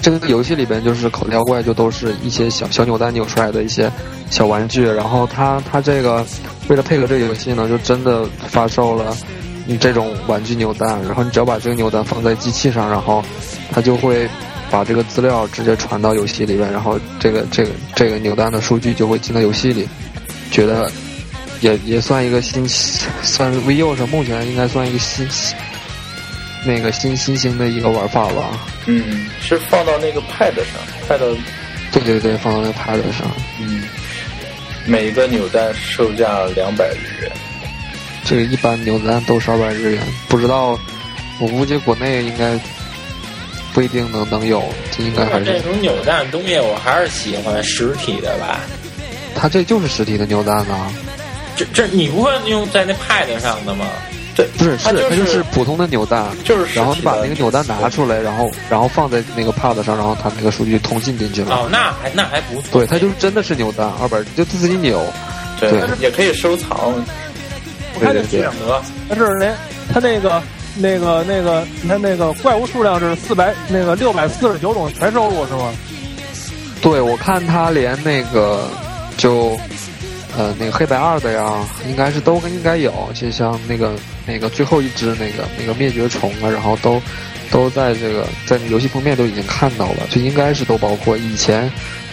这个游戏里边就是口袋妖怪就都是一些小小扭蛋扭出来的一些小玩具，然后它它这个为了配合这个游戏呢，就真的发售了。嗯这种玩具扭蛋，然后你只要把这个扭蛋放在机器上，然后它就会把这个资料直接传到游戏里边，然后这个这个这个扭蛋的数据就会进到游戏里。觉得也也算一个新，算是 VU 上目前应该算一个新那个新新兴的一个玩法吧。
嗯，是放到那个 Pad 上，Pad，
对对对，放到那 Pad 上，
嗯，每个扭蛋售价两百日元，
这个一般扭蛋都是二百日元，不知道我估计国内应该不一定能能有，这应该还
[laughs] 这
是
种扭蛋的东西，我还是喜欢实体的吧。
它这就是实体的扭蛋啊，
这这你不会用在那 Pad 上的吗？
对，
不是
它
是
就
它就是普通的扭蛋。
就是实
然后
体
你
的
把那个扭蛋拿出来，然后然后放在那个 Pad 上，然后它那个数据通信进去了。
哦，那还那还不错。
对，它就是真的是扭蛋，二百就自己扭。
对，
对
也可以收藏，
我看这啊
对对对
两
得
它是连它那个那个那个，你看那个怪物数量是四百那个六百四十九种全收录是吗？
对，我看他连那个就呃那个黑白二的呀，应该是都应该有，就像那个那个最后一只那个那个灭绝虫啊，然后都都在这个在游戏封面都已经看到了，就应该是都包括以前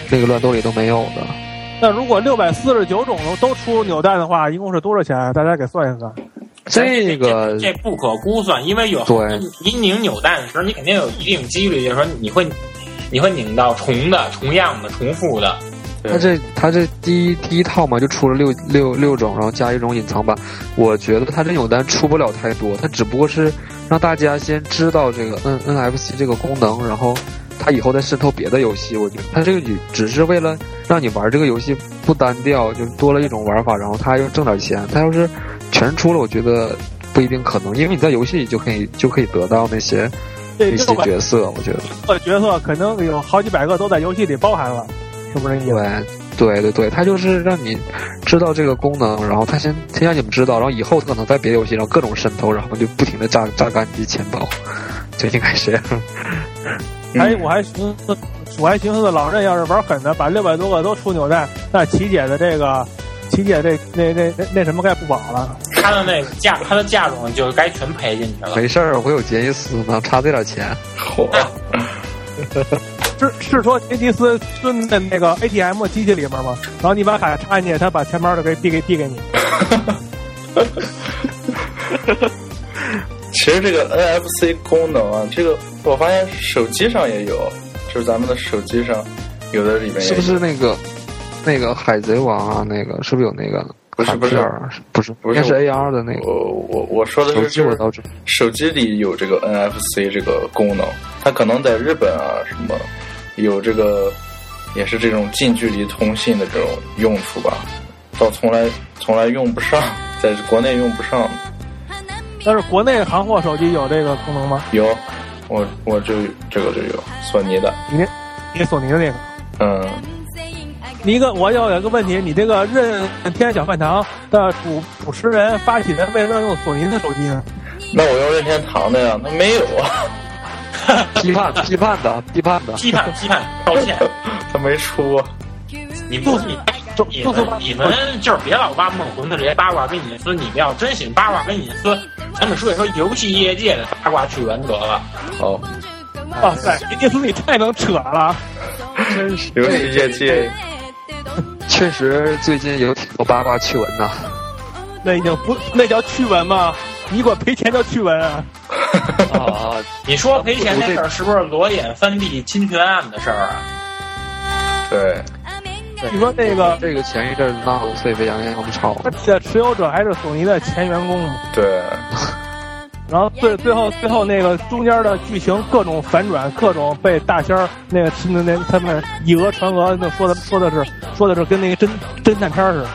那个乱斗里都没有的。
那如果六百四十九种都出扭蛋的话，一共是多少钱？啊大家给算一算。
这个
这不可估算，因为有
对
你拧扭蛋的时候，你肯定有一定几率，就是说你会你会拧到重的、重样的、重复的。
他这他这第一第一套嘛，就出了六六六种，然后加一种隐藏版。我觉得他这扭单出不了太多，他只不过是让大家先知道这个 N N F C 这个功能，然后它以后再渗透别的游戏，我觉得它这个只只是为了让你玩这个游戏不单调，就多了一种玩法，然后它又挣点钱。它要是全出了，我觉得不一定可能，因为你在游戏里就可以就可以得到那些
这
那些
六百
角色，我觉得
个角色可能有好几百个都在游戏里包含了，是不是这意思？
对。对对对，它就是让你知道这个功能，然后它先先让你们知道，然后以后它可能在别的游戏上各种渗透，然后就不停的榨榨干你的钱包， [laughs] 就应该是这样。
还我还寻思，我还寻思老任要是玩狠的，把六百多个都出扭蛋，那琪姐的这个琪姐这那那那那什么该不保了。
他的那个嫁他的嫁妆就该全赔进去了。
没事儿，我有杰尼斯呢，差这点钱。
火，
是是说杰尼斯蹲在那个 ATM 机器里面吗？然后你把卡插进去，他把钱包就给递给递给你。
其实这个 NFC 功能啊，这个我发现手机上也有，就是咱们的手机上有的里面也有
是不是那个那个海贼王啊？那个是不是有那个？
不是不是
不啊是，
不
应
是
该是 AR 的那个
我我我说的
手
是
机，
就
我
是
倒知
手机里有这个 NFC 这个功能，它可能在日本啊什么有这个，也是这种近距离通信的这种用处吧，到从来从来用不上，在国内用不上。
但是国内行货手机有这个功能吗？
有，我我就这个就有索尼的，
你那，你索尼的那个。
嗯，
尼哥，我有一个问题，你这个任天小饭堂的主主持人、发起人为什么要用索尼的手机呢？
那我用任天堂的呀，那没有啊，[laughs]
批判批判的批判的，
批判批判，道歉，
它没出啊。
你不你你们你们就是别老挖梦魂的这些八卦跟隐私，你们要真信八卦跟隐私，咱们说一说游戏业界的八卦去源得了。
好，
哇塞，杰尼斯你太能扯了！
真是
游戏业界
确实最近有挺多八卦趣闻
[laughs]
呐。
那已经不那叫趣闻吗？你管赔钱叫趣闻啊？
啊，
你说赔钱那事儿是不是裸眼三 D 侵权案的事儿啊？
对，
你说那
啊
个
[laughs] 这个前一阵儿闹得沸沸扬扬，吵
他的持有者还是索尼的前员工嘛？
对，
然后最最后最后那个中间的剧情各种反转，各种被大仙儿那个那那他们以讹传讹，那说的说的是说的是跟那个侦侦探片儿似的。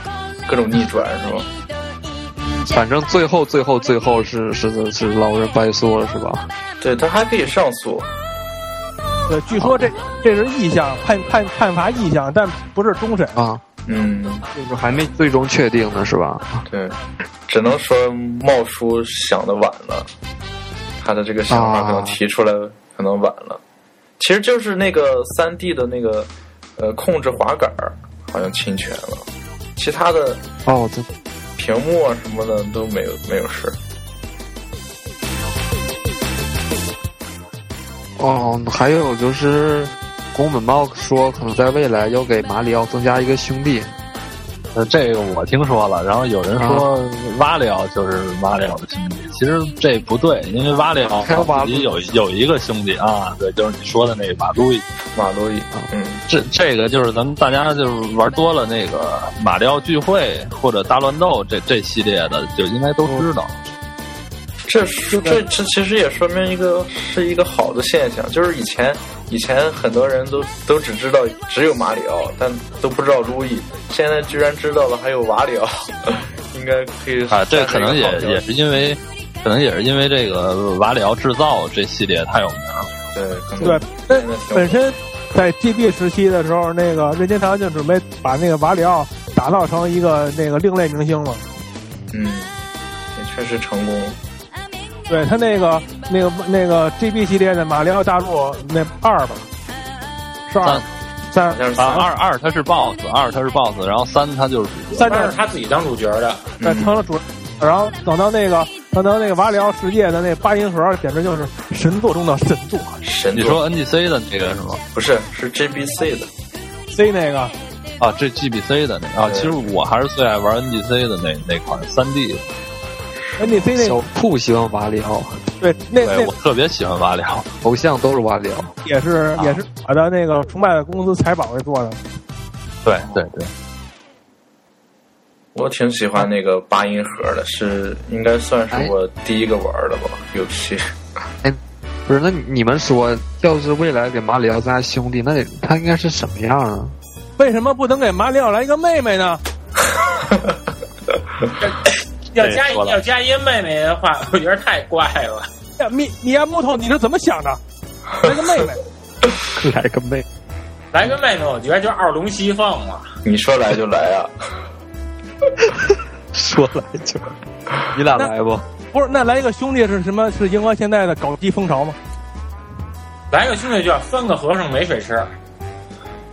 各种逆转是吧？
反正最后最后最后是是是是老人败诉了是吧？
对，它还可以上诉，
呃，据说这这是意向判判判罚意向，但不是终审。
啊，
嗯，
就是还没最终确定呢是吧？
对，只能说茂叔想的晚了，他的这个想法可能
啊
提出来可能晚了，其实就是那个三 D 的那个呃控制滑杆儿好像侵权了，其他的
哦，这
屏幕啊什么的都没有没有事。
哦，还有就是，宫本茂说可能在未来要给马里奥增加一个兄弟，
呃，这个我听说了，然后有人
啊
说瓦里奥就是瓦里奥的兄弟，其实这不对，因为瓦里奥
还有瓦
他
路
自己有有一个兄弟啊，对，就是你说的那个马路易。
马路易
啊，
嗯，
这这个就是咱们大家就是玩多了那个马里奥聚会或者大乱斗这这系列的，就应该都知道。
这这嗯这这其实也说明一个是一个好的现象，就是以前以前很多人都都只知道只有马里奥，但都不知道路易，现在居然知道了还有瓦里奥， [laughs] 应该可
嗯
以
啊，这
算是一个
可能也
好消息
也是因为，可能也是因为这个瓦里奥制造这系列太有名了。
对，可能
对，
现在
本
挺
本身在 GB 时期的时候，那个任天堂就准备把那个瓦里奥打造成一个那个另类明星了。
嗯，也确实成功了，
对他那个那个那个 GB 系列的马里奥大陆那二吧，是二三
好像是嗯
啊，
三
二二它是 BOSS，二它是 BOSS，然后三它就是主角。
三
但
战
是他自己当主角的，
对
嗯
成了主，然后等到那个等到那个瓦里奥世界的那八音盒，简直就是神作中的神作。
神
你
作，
说 NGC 的那个是吗？
不是是 GBC 的，
C 那个
啊，这 GBC 的那个啊，
对
其实我还是最爱玩 NGC 的那那款三 D，
NDC 那
小
个
酷喜欢马里奥，
对那
对
那
我特别喜欢瓦里
[laughs]
奥。
头像都是马里奥。
也是也是我的那个崇拜的公司财宝给做的。
对对对，
我挺喜欢那个八音盒的，是应该算是我第一个玩的吧游戏。
不是，那你们说，要是未来给马里奥加兄弟，那得他应该是什么样啊？
为什么不能给马里奥来一个妹妹呢？
要加
嗯对说了
要加一个妹妹的话，我觉得太怪了。
呀，米米亚木头，你是怎么想的？来
[laughs]
个妹妹，
来个妹，
来个妹妹，我觉得就二龙戏凤了。
[laughs] 你说来就来啊！
说来就
你俩
来
不？
不是？那来一个兄弟是什么？是迎合现在的搞基风潮吗？
来个兄弟就要翻个和尚没水吃。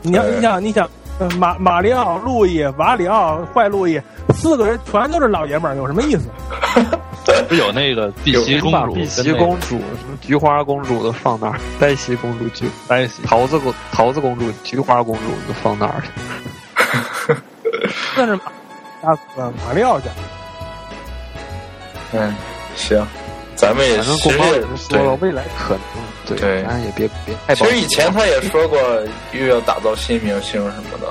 你要
对
你想你想，呃马马里奥、路易、瓦里奥、坏路易四个人全都是老爷们儿，有什么意思？
不有那个碧玺公
把
主、
碧玺公主、什么菊花公主都放那儿，黛西公主、菊
在一起，
桃子公桃子公主、菊花公主都放那儿去。
那是马啊呃马里奥家，
嗯，行，咱们也
反正
其
公
实
报
也
也是说了，
对
未来可能对，
对
咱也别别太
其
保守
实以前他也说过又要打造新明星什么的，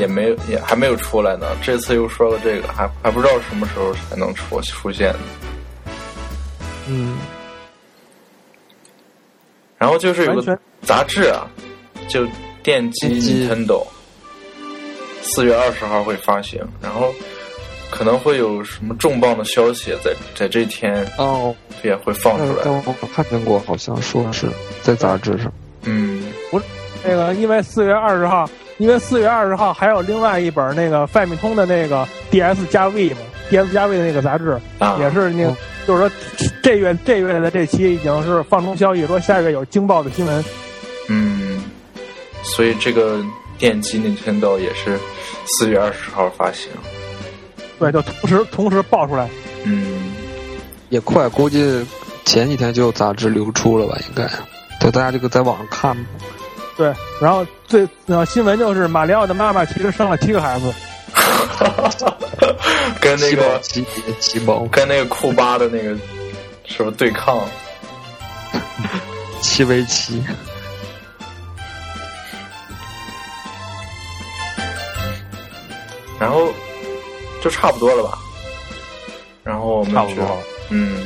也没有也还没有出来呢。这次又说了这个，还还不知道什么时候才能出出现。
嗯，
然后就是有
完全
个杂志啊，就电击
电击
Nintendo，四月二十号会发行，然后可能会有什么重磅的消息在在这天
哦，
也会放出
但
来。
我看见过，好像说是在杂志上。
嗯，
那个因为四月二十号，因为四月二十号还有另外一本那个范米通的那个 DS 加 V 嘛，DS 加 V 的那个杂志，
啊，
也是那个
嗯，
就是说这月这月的这期已经是放出消息说下月有惊爆的新闻，
嗯，所以这个电击 Nintendo 也是四月二十号发行。
对，就同时同时爆出来。
嗯，
也快，估计前几天就有杂志流出了吧？应该，对，大家这个在网上看吧。
对，然后最呃新闻就是马里奥的妈妈其实生了七个孩子，
跟那
七宝 [laughs]
个
级别，七宝，
跟那个库巴的那个什么对抗，
七 v 七。
然后就差不多了吧。然后我们
差不
就
多。
嗯，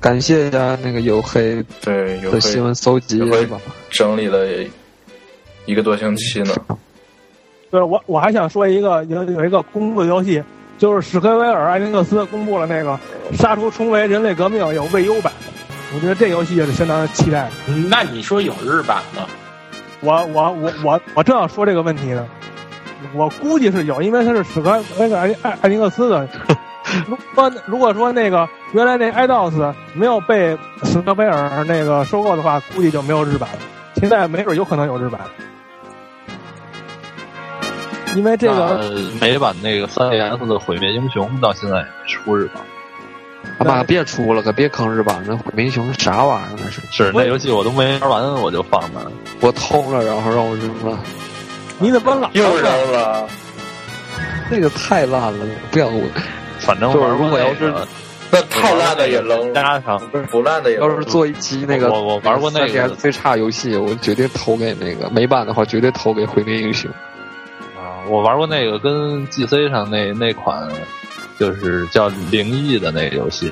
感谢一下那个黝黑
对，有
的新
会
闻搜集
有会
是吧？
整理了一个多星期呢。
对我我还想说一个有有一个公布的游戏，就是史克威尔艾尼克斯公布了那个《杀出重围：人类革命》有未优版，我觉得这游戏也是相当期待的。
嗯那你说有日版吗？
我我我我我正要说这个问题呢，我估计是有，因为它是史克那个艾艾艾尼克斯的。如果如果说那个原来那 iDOS 没有被史克威尔那个收购的话，估计就没有日版了。现在没准有可能有日版，因为这个
那呃美版那个 3DS 的《毁灭英雄》到现在也没出日版，
他啊妈别出了，可别坑日版那毁灭英雄啥玩意儿那是？
是
我
那游戏我都没玩完，我就放那儿了。
我偷了，然后让我扔了，
你怎么老
又扔了，
那个太烂了，不想 [laughs] 我。
反正
就是
玩过
如果要
那
是
个，
那太烂的也扔了，
加上
不烂的也
要
扔
是
了。
做一期那个
我我玩过那个
3DS 最差游戏，我绝对投给那个美版的话，绝对投给毁灭英雄。
啊，我玩过那个跟 GC 上那那款，就是叫《灵异》的那个游戏，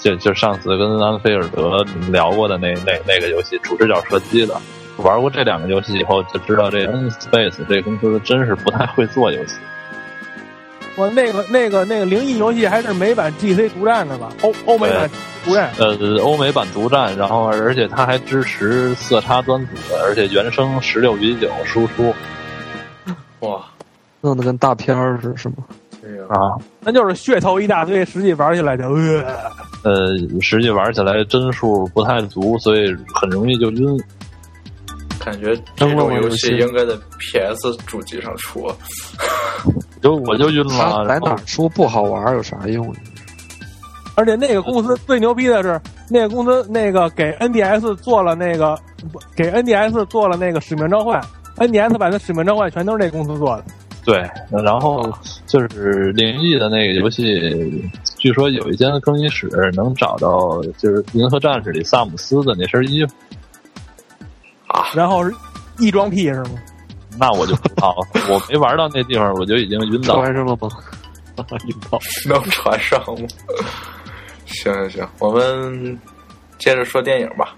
就就上次跟安菲尔德聊过的那那那个游戏，主视角射击的。玩过这两个游戏以后，就知道这 N Space 这公司真是不太会做游戏。
我那个那个那个灵异游戏还是美版 GC 独占的吧？欧欧美版独占，
呃，欧美版独占，然后而且它还支持色差端子，而且原声十六比九输出
哇，哎
弄得跟大片儿似的，是吗？
这个
啊。
那就是噱头一大堆，实际玩起来就呃。
呃，实际玩起来帧数不太足，所以很容易就晕。
感觉这种游戏应该在 PS 主机上出啊。
就我就晕
他
了，啊
在
然后
哪儿说不好玩儿有啥用啊？
而且那个公司最牛逼的是，那个公司那个给 NDS 做了那个，不给 NDS 做了那个《使命召唤》，NDS 版的《使命召唤》全都是那公司做的。
对，然后就是灵异的那个游戏，据说有一间更衣室能找到，就是《银河战士》里萨姆斯的那身衣服，
然后是异装癖是吗？
那我就不知道了， [laughs] 我没玩到那地方，我就已经晕倒了。
穿上了吗？
能传 [laughs] 上吗？行行行，我们接着说电影吧。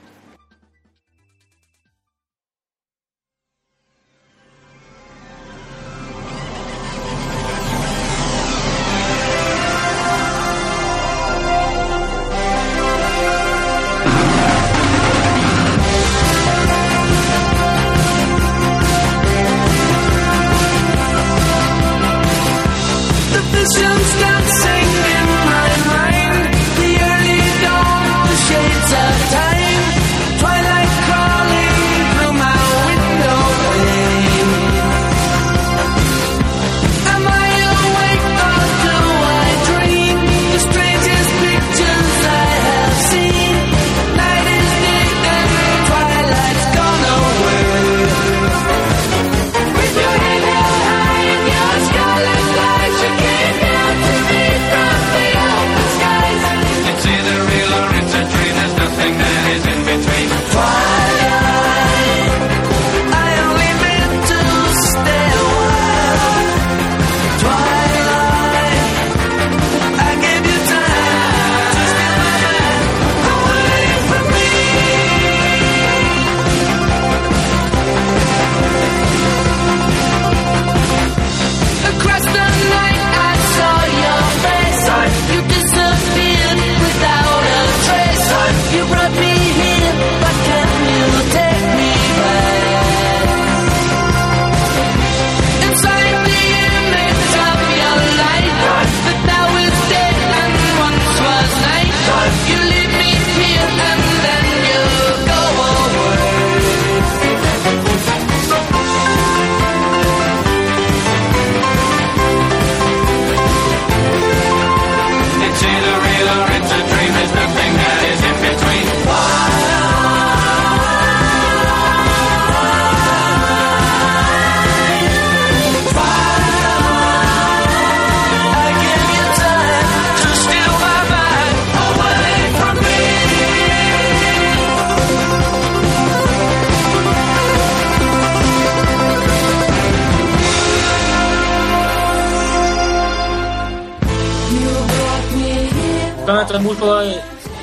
刚才咱不说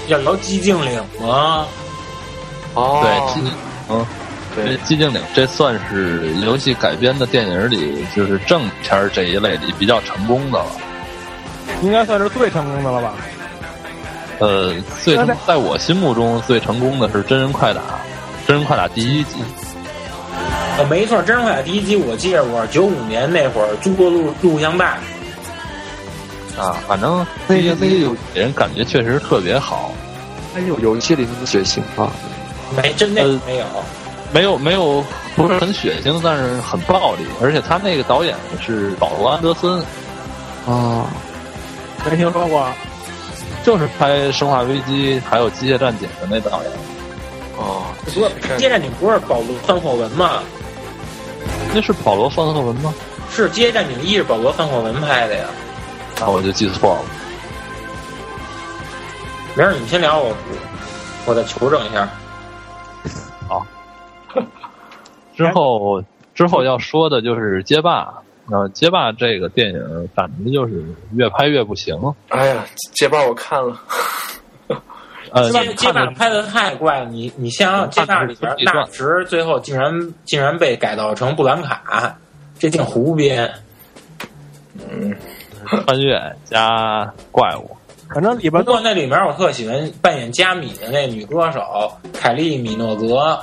要聊寂静岭吗？
哦，
对，寂静，嗯，这
对
寂静岭这算是游戏改编的电影里，就是正片儿这一类里比较成功的了。
应该算是最成功的了吧？
呃，最
那
成
在
在我心目中最成功的是《真人快打》，《真人快打》第一集，
呃，没错，《真人快打》第一集我记着，我九五年那会儿租过录录像带，
啊，反正
那
第一
个那个有
集给人感觉确实特别好，
还有游戏里面的血腥啊，
没真那
呃
没有。
没有没有不是很血腥，但是很暴力，而且他那个导演是保罗·安德森，
啊，
没听说过，
就是拍《生化危机》还有《机械战警》的那导演。
哦，
不过《街战警》不是保罗范霍文吗？
那是保罗·范霍文吗？
是《街战警一》是保罗范霍文拍的呀。
那啊我就记错了。
没事，你们先聊，我我再求证一下。
之后之后要说的就是街霸，呃，街霸这个电影感觉就是越拍越不行。
哎呀，街霸我看
[laughs]
了，
呃，
街街霸拍的太怪了，你你想想街霸里边
看着是
纳什最后竟然竟然被改造成布兰卡，这挺胡编。
穿越加怪物，
反正里边
不
都
过那里面我特喜欢扮演加米的那女歌手凯莉米诺格，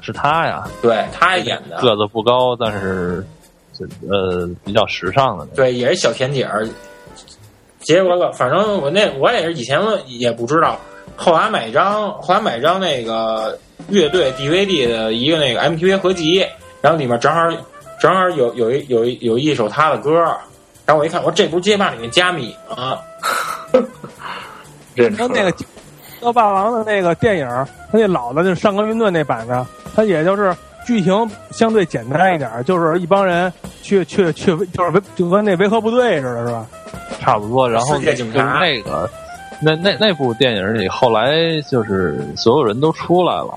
是他呀，
对她演的，
个子不高，但是这呃比较时尚的那种。
对，也是小甜姐儿。结果了，反正我那我也是以前也不知道，后来买张后来买张那个乐队 DVD 的一个那个 MTV 合集，然后里面正好正好有有一有一有一首她的歌，然后我一看，我说这不是街霸里面加米吗？
认出
跟那
来
个
了
《恶霸王》的那个电影儿，他那老的就是上官云顿那版的，他也就是剧情相对简单一点儿，就是一帮人去去去，就是维就跟那维和部队似的，是吧？
差不多。然后
嗯世界警察
就是那个，那那那部电影里，后来就是所有人都出来了，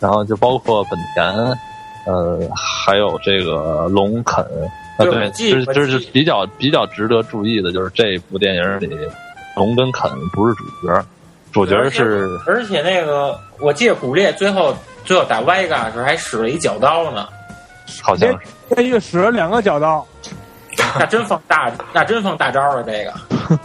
然后就包括本田，呃，还有这个龙肯。啊，
对我
对，
记
这是
我
这是
记
比较比较值得注意的，就是这部电影里，龙跟肯不是主角，主角是
而且那个我记得古烈最后最后打歪嘎时候还使了一脚刀呢，
好像是
监狱使了两个脚刀，
那真放大那真放大招了这个。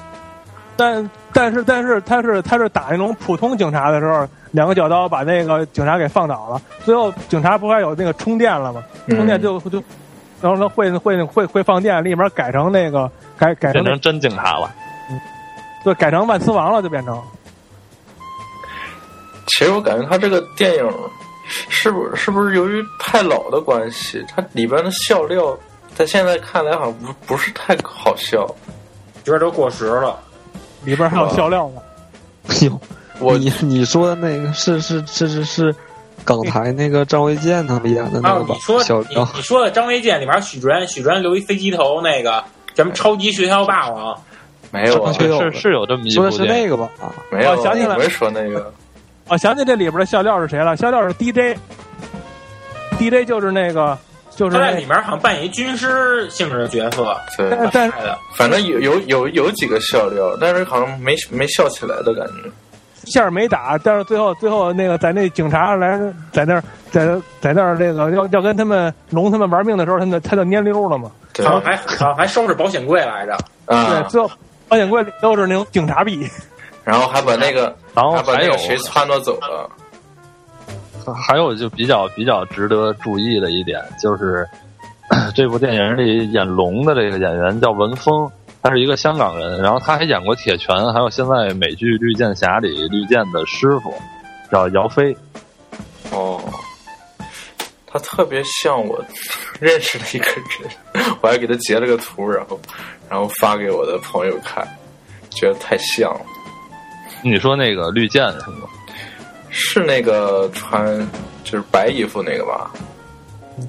但但是但是他是他是打那种普通警察的时候，两个脚刀把那个警察给放倒了，最后警察不还有那个充电了吗？
嗯
充电就就，然后他会会会会放电，立马改成那个改改成
变
那
成真警察了。
对改成万磁王了，就变成。
其实我感觉他这个电影是不是是不是由于太老的关系，它里边的笑料在现在看来好像不不是太好笑。
觉得都过时了，
里边
哦
还有笑料呢，
有
我
你你说的那个是是是是是港台那个张卫健他们演的
还
那
有
个
啊
吧
你说？
小
你
张
你说的张卫健里面许志安，许志安留一飞机头那个，咱
哎
们超级学校霸王，
没有啊，
对
是是有这么一
说
部
的是
电
那
影，
个吧？啊，
没有啊，
[laughs] 我想起来了
没说那个
我哦想起这里边的笑料是谁了？笑料是 DJ，DJ 就是那个就
他
是
在
那
里面好像扮演一军师性质的角色
[laughs]
对，
但哎但
拍的，
反正有有有有几个笑料，但是好像没没笑起来的感觉。
线儿没打，但是最后最后那个在那警察来在那儿在在那儿那个要要跟他们龙他们玩命的时候，他们他就蔫溜了嘛。
对
好像还好像还收拾保险柜来着，
对，
啊，
最后保险柜里都是那种警察币，
然后还把那个
然后
啊
还把
哦还
那
有啊
个谁撺掇走了。
还有就比较比较值得注意的一点就是， [coughs] 这部电影里演龙的这个演员叫文峰，他是一个香港人，然后他还演过《铁拳》，还有现在美剧《绿箭侠》里绿箭的师傅叫姚飞。
哦，他特别像我认识的一个人，我还给他截了个图，然后然后发给我的朋友看，觉得太像了。
你说那个绿箭是吗？
是那个穿就是白衣服那个吧？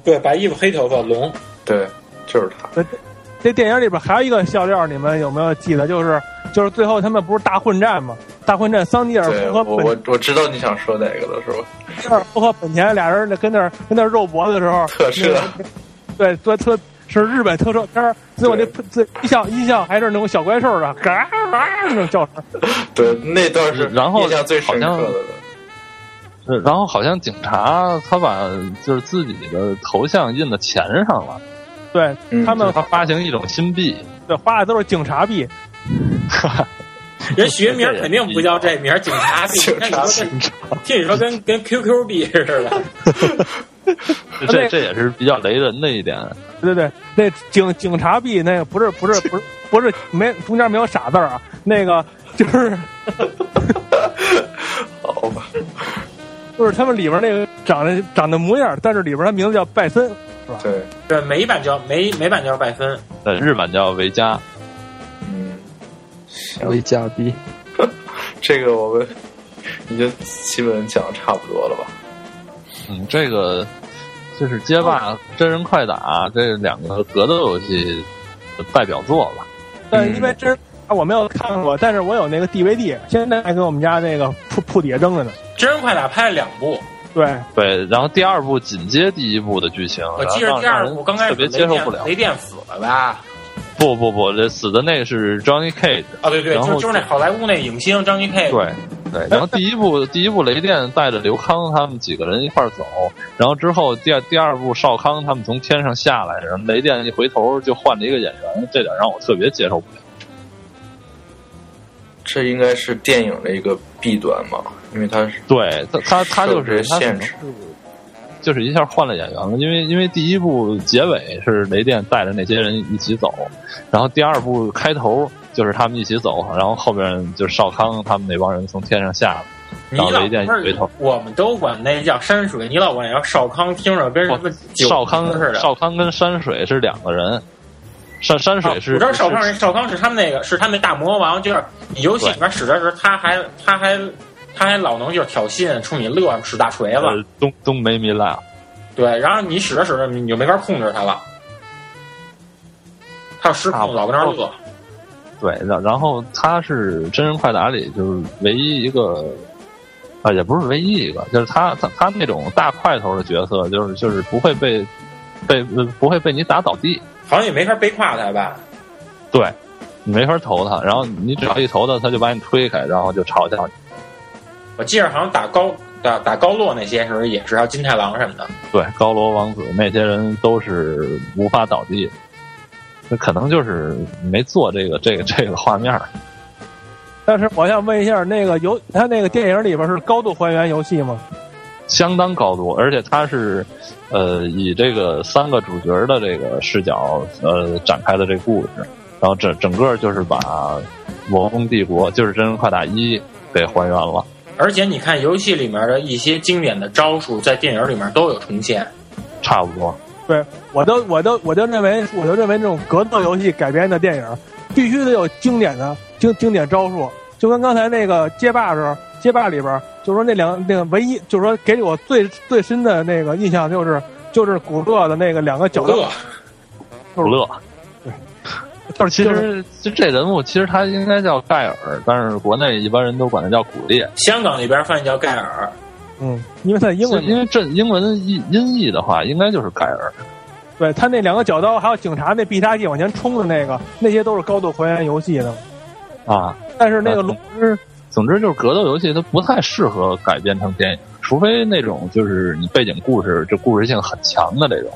对，白衣服黑头发
[laughs]
龙，
对，就是他。
这电影里边还有一个笑料，你们有没有记得？就是就是最后他们不是大混战嘛？大混战，桑尼尔
对
夫
我
和本
我我知道你想说哪个了，是吧？
桑尼尔夫和本田俩人跟那儿跟那儿肉搏的时候，
特摄
对，做特是日本特摄片儿，最后那最音效音效还是那种小怪兽的，嘎嘎那种叫声。
对，那段是
然后
印象最深刻
好像
的了。
是呃然后好像警察他把就是自己的头像印到钱上了，
对
嗯
他
就是
们
他发行一种新币，
对花的都是警察币，
人学名肯定不叫这名，警察币。
警察币
听你说
[laughs]
跟跟 QQ 币似的，
这这也是比较雷人的一点。
对对对，那警警察币那个不是不是不是不是没中间没有傻字儿啊，那个就是
好吧，
就是他们里边那个长得长得模样，但是里边他名字叫拜森，
对，
对，美版叫美美版叫拜分。
呃，日版叫维嘉，
嗯，
为嘉宾。
这个我们已经基本讲的差不多了吧？
嗯，这个就是街霸、
哦
真人快打这两个格斗游戏的代表作吧。
但是因为真啊我没有看过，但是我有那个 DVD，现在还给我们家那个铺铺底下扔着呢。
真人快打拍了两部，
对，
对，然后第二部紧接第一部的剧情，
我记
然
着
后
第
让
二
让
部
人
刚开始
特别
雷
接
电
受不了。
雷电死了吧？
不不不，这死的那个是 Johnny Cage。
啊，对对，
然
就
后
就是那好莱坞那影星张一 K，
对对，然后第一部第一部雷电带着刘康他们几个人一块儿走，然后之后第二第二部少康他们从天上下来，然后雷电一回头就换了一个演员，这点让我特别接受不了。
这应该是电影的一个弊端嘛，因为它是
对他他他就是
受制
他可
限
能
制，
就是一下换了演员了，因为因为第一部结尾是雷电带着那些人一起走，然后第二部开头就是他们一起走，然后后边就是少康他们那帮人从天上下来，
你
然后
老
雷电一回头，
我们都管那叫山水，你老管那叫少康，听着跟什么酒
哦少康
似的。
少康跟山水是两个人，山山水是、
啊我知道少康
是
人，少康是他们那个，是他们那大魔王，就是你游戏里面使的时候，他还他还他还老能就是挑衅，冲你乐，使大锤子，
呃东东梅米拉，
对，然后你使着使着你就没法控制他了，他要失控，
啊
老跟那儿乐。
对，然然后他是真人快打里就是唯一一个，啊，也不是唯一一个，就是他他他那种大块头的角色，就是就是不会被被呃不会被你打倒地，
好像也没法背胯他吧？
对你没法投他，然后你只要一投他，他就把你推开，然后就嘲笑你。
我记着好像打高打打高落那些时候也是，还有金太郎什么的。
对，高罗王子那些人都是无法倒地的，那可能就是没做这个这个这个画面儿。
但是我想问一下，那个游他那个电影里边是高度还原游戏吗？
相当高度，而且它是，呃，以这个三个主角的这个视角，呃，展开的这故事，然后整整个就是把《魔宫帝国》就是《真人快打一》给还原了。
而且你看游戏里面的一些经典的招数，在电影里面都有重现。
差不多，
对，我都我都我就认为我就认为这种格斗游戏改编的电影必须得有经典的经经典招数，就跟刚才那个街霸时候，街霸里边就说那两那个唯一就是说给我最最深的那个印象就是就是古乐的那个两个角
九
落，
乐，
不乐。
就是
其实就这人物，其实他应该叫盖尔，但是国内一般人都管他叫古烈，
香港那边翻译叫盖尔，
嗯，因为他的英文
因为这英文音音译的话，应该就是盖尔。
对他那两个脚刀，还有警察那必杀技往前冲的那个，那些都是高度还原游戏的。
啊，
但是那个
嗯
龙之，
总之就是格斗游戏它不太适合改编成电影，除非那种就是你背景故事这故事性很强的这种。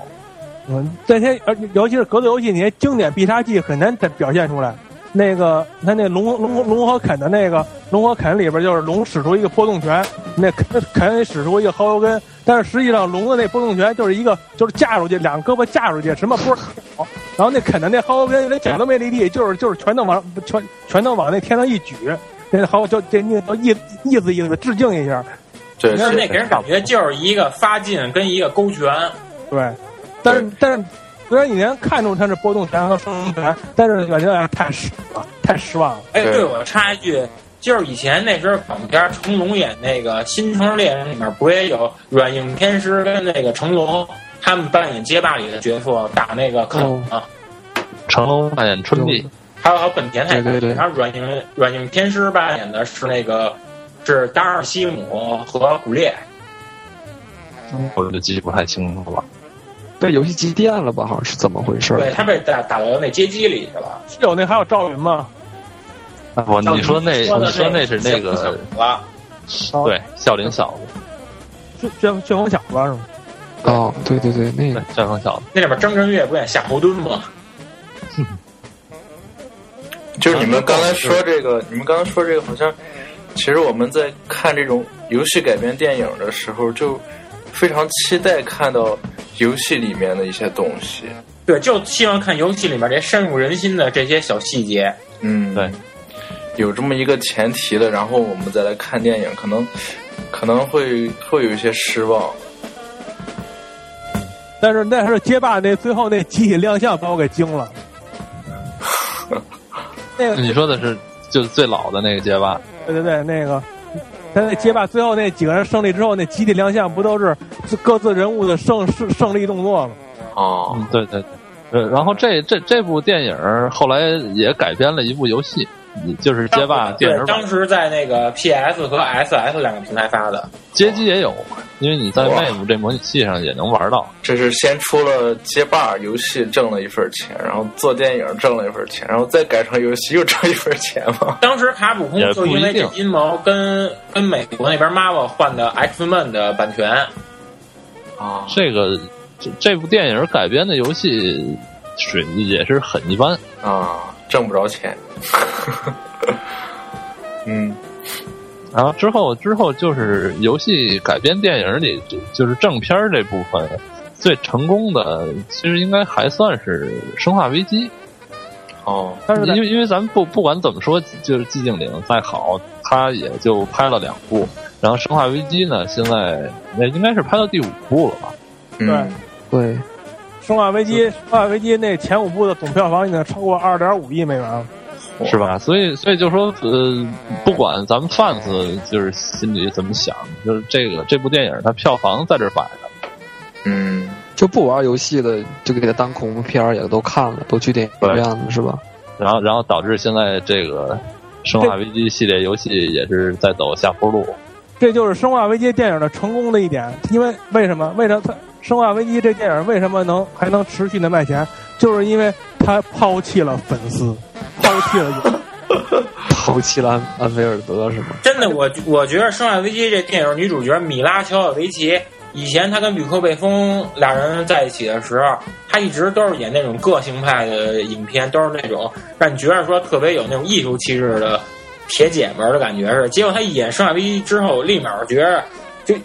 嗯，这些而且尤其是格斗游戏，那些经典必杀技很难再表现出来。那个他那龙龙龙和肯的那个龙和肯里边，就是龙使出一个波动拳，那肯肯使出一个薅油根，但是实际上龙的那波动拳就是一个就是架出去，两个胳膊架出去，什么波儿都没有然后那肯的那薅油根连脚都没离地，就是就是全都往全全都往那天上一举，那好就这那意意思意思致敬一下，
对，
但是那
是
给人感觉就是一个发劲跟一个勾拳。
对，但是但是虽然你能看出他是波动拳和双龙拳，但是感觉哎太失望了，太失望了。
哎，
对
对，我插一句，就是以前那时候港片成龙演那个《新城市猎人》里面，不也有软硬天师跟那个成龙他们扮演街霸里的角色打那个肯啊，
成龙扮演春丽，
还有还有本田太太，
对对对
然后软硬软硬天师扮演的是那个是达尔西姆和古烈。
我就记不太清楚了。
被游戏机电了吧？好像是怎么回事？
对他被打打到那街机里去了，
是有那还有赵云吗？
啊我你说那
的
你说那是那
小啊
个
了，
对笑林小子，
旋旋旋风小子是吗？
哦，对对对，那个
旋风小子，
那里边张震岳不演夏侯惇吗？
就是你们刚才说这个，你们刚才说这个，好像其实我们在看这种游戏改编电影的时候，就非常期待看到游戏里面的一些东西。
对，就希望看游戏里面这深入人心的这些小细节。
嗯，
对，
有这么一个前提的，然后我们再来看电影，可能可能会会有一些失望。
但是那是街霸那最后那集体亮相把我给惊了。那个
你说的是就是最老的那个街霸，
对对对，那个他那街霸最后那几个人胜利之后，那集体亮相不都是自各自人物的胜胜胜利动作吗？
哦，
嗯，对对对，呃，然后这这这部电影儿后来也改编了一部游戏，就是街霸
对
电影，版
当，时在那个 PS 和 SS 两个平台发的。
街机也有，因为你在
哇
Mave 这模拟器上也能玩到。
这是先出了街霸游戏挣了一份钱，然后做电影挣了一份钱，然后再改成游戏又挣一份钱吗？
当时卡普空
也
就
不
因为
一定
这阴谋跟跟美国那边 Marvel 换的 X Men 的版权，
啊，
这个这这部电影改编的游戏水也是很一般，
啊，挣不着钱。嗯，
然后啊之后之后就是游戏改编电影里就是正片儿这部分最成功的，其实应该还算是《生化危机》。
哦，
但是在
因为因为咱们不不管怎么说，就是寂静岭再好，它也就拍了两部，然后《生化危机》呢，现在那应该是拍到第五部了吧？
嗯
对
对，
《生化危机》《生化危机》那前五部的总票房已经超过二点五亿美元了。哦
哇
是吧？所以所以就说，呃，不管咱们 fans 就是心里怎么想，就是这个这部电影它票房在这儿摆着，
嗯，
就不玩游戏的，就给它当恐怖片儿也都看了，都去电影院了，是吧？
然后然后导致现在这个《生化危机》系列游戏也是在走下坡路。
这就是《生化危机》电影的成功的一点，因为为什么？为什么它《生化危机》这电影为什么能还能持续的卖钱？就是因为它抛弃了粉丝，抛弃了友
抛弃了安安菲尔德是吗？
真的，我我觉得《生化危机》这电影女主角米拉乔瓦维奇，以前她跟吕克贝松俩人在一起的时候，她一直都是演那种个性派的影片，都是那种让你觉得说特别有那种艺术气质的铁姐们儿的感觉是。结果她一演《生化危机》之后，立马觉得就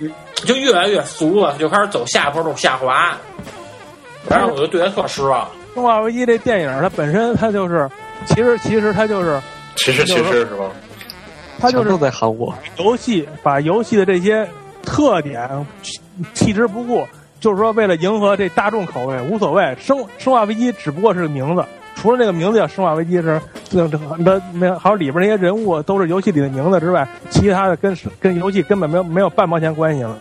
就越来越俗了，就开始走下坡路下滑，然后我就对她特失望。
《生化危机》这电影，它本身它就是，其实其实它就是
其实其实是吧？
它就
全
是
都在喊我，
游戏把游戏的这些特点弃弃之不顾，就是说为了迎合这大众口味，无所谓。生生化危机只不过是个名字，除了这个名字叫生化危机是，这这没没有还有里边那些人物都是游戏里的名字之外，其他的跟跟游戏根本没有没有半毛钱关系了。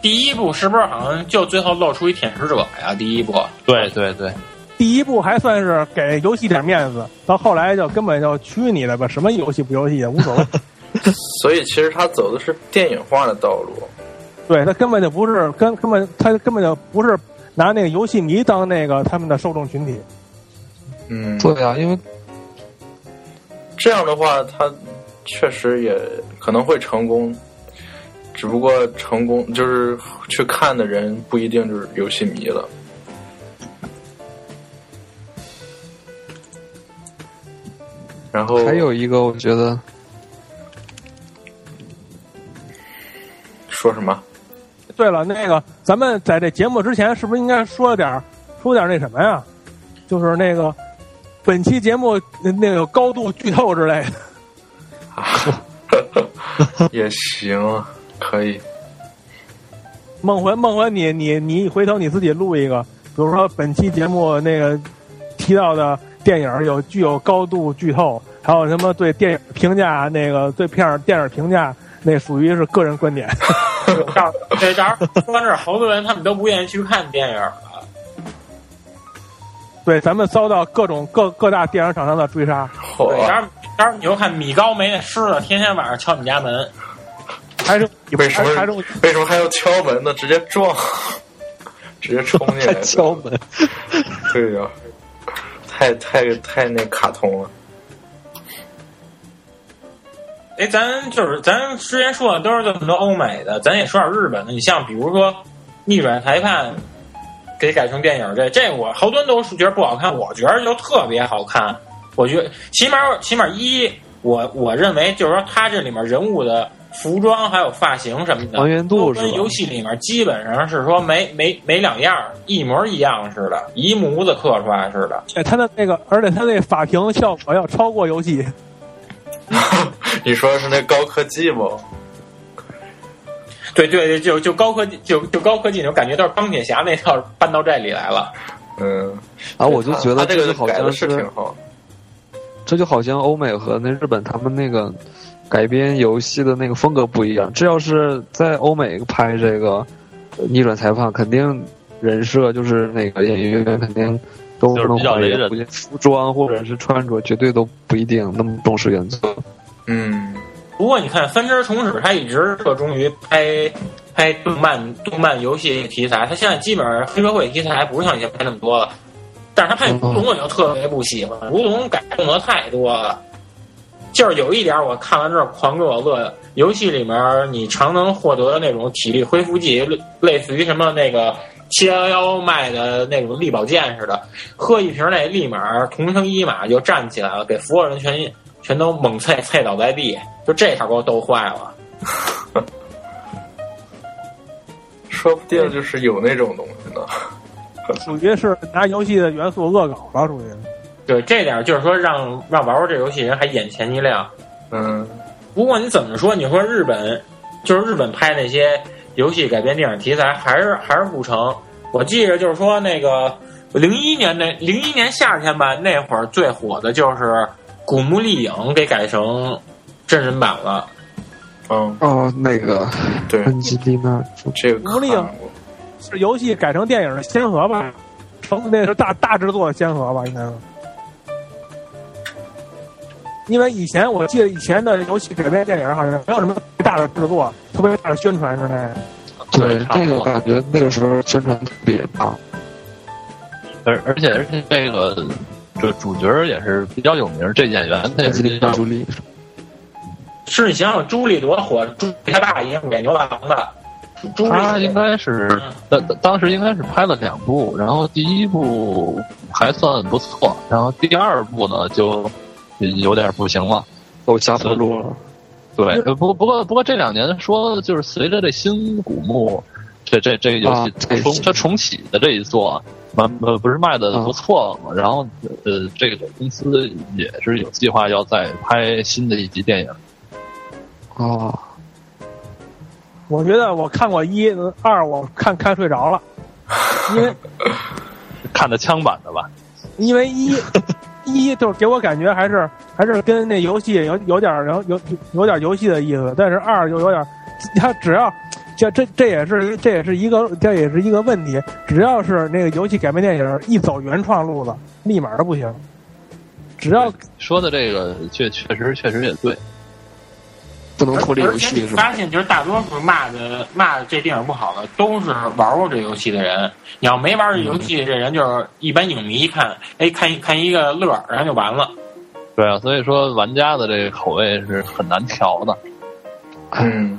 第一部是不是好像就最后露出一舔食者呀？第一部
对对对，
第一部还算是给游戏点面子，到后来就根本就去你的吧，什么游戏不游戏也无所谓。 [laughs]
所以其实他走的是电影化的道路。
对他根本就不是根根本他根本就不是拿那个游戏迷当那个他们的受众群体。
嗯，
对啊，因为
这样的话，他确实也可能会成功，只不过成功就是去看的人不一定就是游戏迷了。然后
还有一个我觉得
说什么？ [laughs]
对了，那个咱们在这节目之前，是不是应该说点儿说点儿那什么呀？就是那个本期节目呃那个高度剧透之类的。
也行啊，可以。
梦魂，梦魂你，你你回头你自己录一个，比如说本期节目那个提到的电影有具有高度剧透，还有什么对电影评价啊那个对片儿电影评价，那属于是个人观点。 [laughs]
到对，到时候说完这儿，好多人他们都不愿意去看电影了。
对，咱们遭到各种各各大电影厂商的追杀，
嚯
对，到时候到时候你就看米高梅那狮子，天天晚上敲你家门。
还是
为什么
还是
为什么还要敲门呢？直接撞， [laughs] 直接冲进
[laughs] 还
来，
敲门，
对呀、太太太那卡通了，
哎，咱就是咱之前说的都是这么多欧美的，咱也说点日本的。你像比如说《逆转裁判》给改成电影，这这我好多人都是觉得不好看，我觉得就特别好看。我觉得起码起码一，我我认为就是说它这里面人物的服装还有发型什么的
还原
都
度是
跟游
吧？
戏里面基本上是说没没没两样儿，一模一样似的，一模子刻出来似的。
哎，他的那个，而且他那法庭效果要超过游戏，
你说是那高科技吗？
对对对，就就高科技，就就高科技那种感觉，都是钢铁侠那套搬到这里来了。
嗯，
啊，我就觉得
他这
就
个
好
改的
像
是挺好的，
这就好像欧美和那日本他们那个改编游戏的那个风格不一样。这要是在欧美拍这个呃逆转裁判，肯定人设就是那个演员肯定都
就是
能
比较
还
雷
原，
人
估计服装或者是穿着绝对都不一定那么重视原作。
嗯，
不过你看，三只重史他一直热衷于拍拍动漫、动漫游戏题材，他现在基本上黑社会题材不是像以前拍那么多了。但是他拍古龙，我就特别不喜欢，古龙改动的太多了。就是有一点，我看完之后狂给我乐。游戏里面你常能获得的那种体力恢复剂，类类似于什么那个七幺幺卖的那种力保健似的，喝一瓶那立马同生一马就站起来了，给所有人全全都猛踹踹倒在地，就这下给我逗坏了。
说不定就是有那种东西呢。
属于是拿游戏的元素恶搞了，属于。
对，这点就是说让让玩过这游戏人还眼前一亮。
嗯，
不过你怎么说？你说日本就是日本拍那些游戏改编电影题材，还是还是不成？我记着就是说那个零一年那零一年夏天吧，那会儿最火的就是《古墓丽影》给改成真人版了。
嗯，
哦，那个
对，
安吉丽娜，
这个
无力啊
看过。
是游戏改成电影的先河吧？成那是大大制作的先河吧？应该是。因为以前我记得以前的游戏改编电影好像没有什么特别大的制作，特别大的宣传之类的。
对
差不
那个
多
感觉那个时候宣传特别大，
而而且而且这个这主角儿也是比较有名儿，这演员他
安
也
吉
是
丽娜朱莉，
是你想想朱莉多火，朱莉他爸也是演牛郎的，朱莉
他应该是
嗯
当当时应该是拍了两部，然后第一部还算不错，然后第二部呢就有点不行了。
走下坡路了。
对，呃不过不过不过这两年说就是随着这新古墓，这这这个游戏
啊这
重
是
它重启的这一座，蛮呃不是卖的不错嘛，然后呃这个公司也是有计划要再拍新的一集电影。
哦，
我觉得我看过一二，我看看睡着了，因为
看的枪版的吧，
因为一一就是给我感觉还是还是跟那游戏有有点儿有有有点儿游戏的意思，但是二就有点儿，它只要这这这也是这也是一个这也是一个问题，只要是那个游戏改编电影一走原创路子，立马儿不行。只要
说的这个确确实确实也对，
不能脱离
而
游
且你
戏是吧？
发现，就是大多数骂的骂这电影不好的，都是玩过这游戏的人。你要没玩这游
嗯
戏，这人就是一般影迷一看，哎，看一看一个乐儿，然后就完了。
对啊，所以说玩家的这个口味是很难调的。
嗯，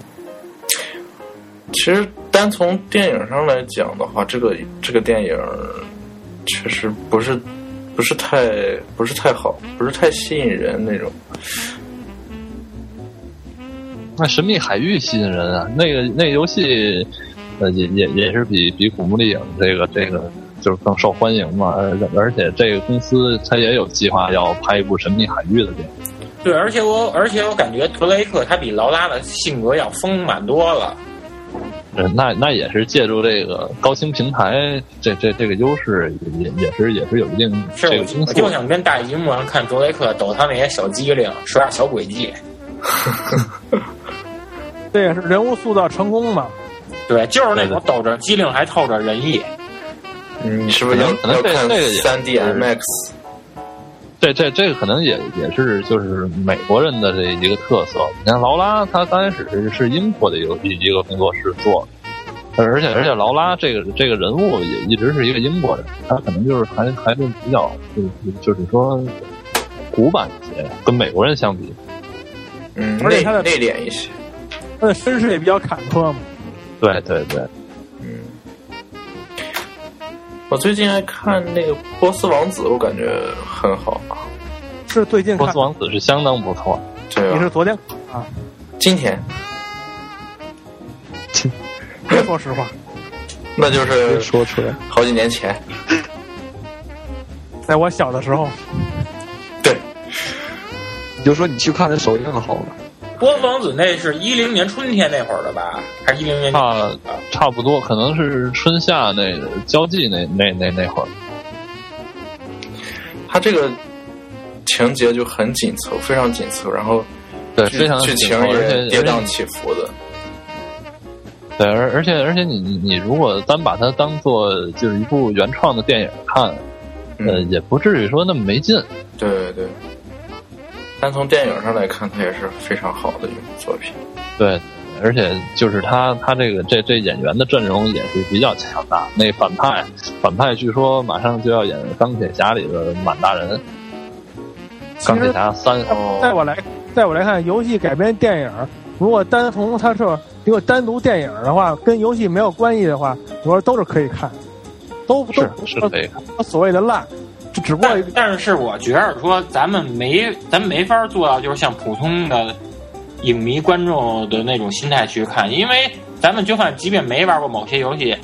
其实单从电影上来讲的话，这个这个电影确实不是不是太不是太好，不是太吸引人那种。
那《神秘海域》吸引人啊，那个那个游戏，呃，也也也是比比《古墓丽影》这个这个就是更受欢迎嘛，而而且这个公司它也有计划要拍一部《神秘海域》的电影。
对，而且我而且我感觉德雷克他比劳拉的性格要丰满多了。
呃那那也是借助这个高清平台这这这个优势，也也也是也是有一定
是
这
我
个因
我就
素。
想跟大荧幕上看德雷克抖他那些小机灵，耍点小诡计。
这也是人物塑造成功嘛，
对，就是那
对
种抖着机灵还透着仁义。
你是不是要
可能
要
可能
看
这这个也
三 D
是
IMAX？
这这这个可能也也是就是美国人的这一个特色。你看劳拉，他刚开始是英国的一个一一个工作室做的，而且而且劳拉这个这个人物也一直是一个英国人，他可能就是还还是比较就是就是说古板一些，跟美国人相比，
嗯，
而且
内
他的
内敛一些，
他的呃身世也比较坎坷嘛。
对对对，
嗯。我最近还看那个《波斯王子》，我感觉很好啊。
是最近
波
看
斯，王子是相当不错，
对
你
啊
是，昨天？
今天
别说实话，
那就
别
是
说出来。
好几年前，
在我小的时候，
对，
你就说你去看他首映好了。
波斯王子那是一零年春天那会儿的吧，还是一零年？
啊
差差不多可能是春夏那交际那那那那会儿，
他这个情节就很紧凑，非常紧凑，然后
对，
剧
非常
剧
紧
情
凑，而且
也跌
而且
宕起伏的。
对，而而且而且你你你如果单把它当做就是一部原创的电影看，呃，
嗯，
也不至于说那么没劲。
对对对。单从电影上来看，它也是非常好的一部作品。
对，而且就是他他这个这这演员的阵容也是比较强大。那反派反派据说马上就要演钢铁侠里的满大人，钢铁侠三。
在
哦，
呃我来，在我来看，游戏改编电影，如果单从它这如果单独电影的话，跟游戏没有关系的话，我说都是可以看，都都
是是可以，
都所谓的烂，只只不过
但但是我觉着说，咱们没咱们没法做到，就是像普通的影迷观众的那种心态去看，因为咱们就算即便没玩过某些游戏，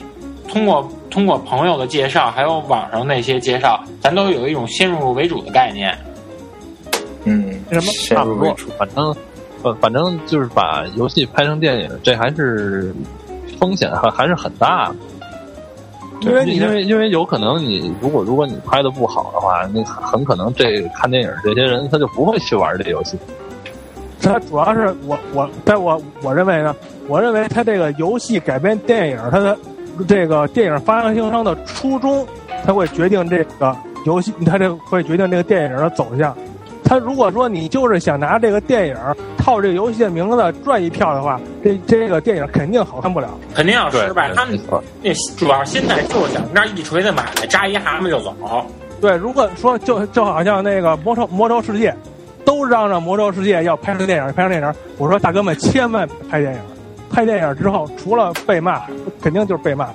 通过通过朋友的介绍，还有网上那些介绍，咱都有一种先入为主的概念。
嗯，
什么啊
先入为主，
反正反反正就是把游戏拍成电影，这还是风险还还是很大的。
因为你
因
的
为因为有可能你如果如果你拍的不好的话，那很可能这看电影这些人他就不会去玩这游
[laughs]
戏。
它主要是我我在我我认为呢，我认为它这个游戏改编电影，它的这个电影发行商的初衷，它会决定这个游戏，它这会决定这个电影的走向。它如果说你就是想拿这个电影套这个游戏的名字赚一票的话，这这个电影肯定好看不了。
肯定要失败，他
没
们
错
那主要心态就是想那儿一锤子买卖，扎一蛤蟆就走。
对，如果说就就好像那个魔兽魔兽世界，都嚷嚷魔兽世界要拍成电影，拍成电影。我说大哥们千万别拍电影，拍电影之后除了被骂，肯定就是被骂。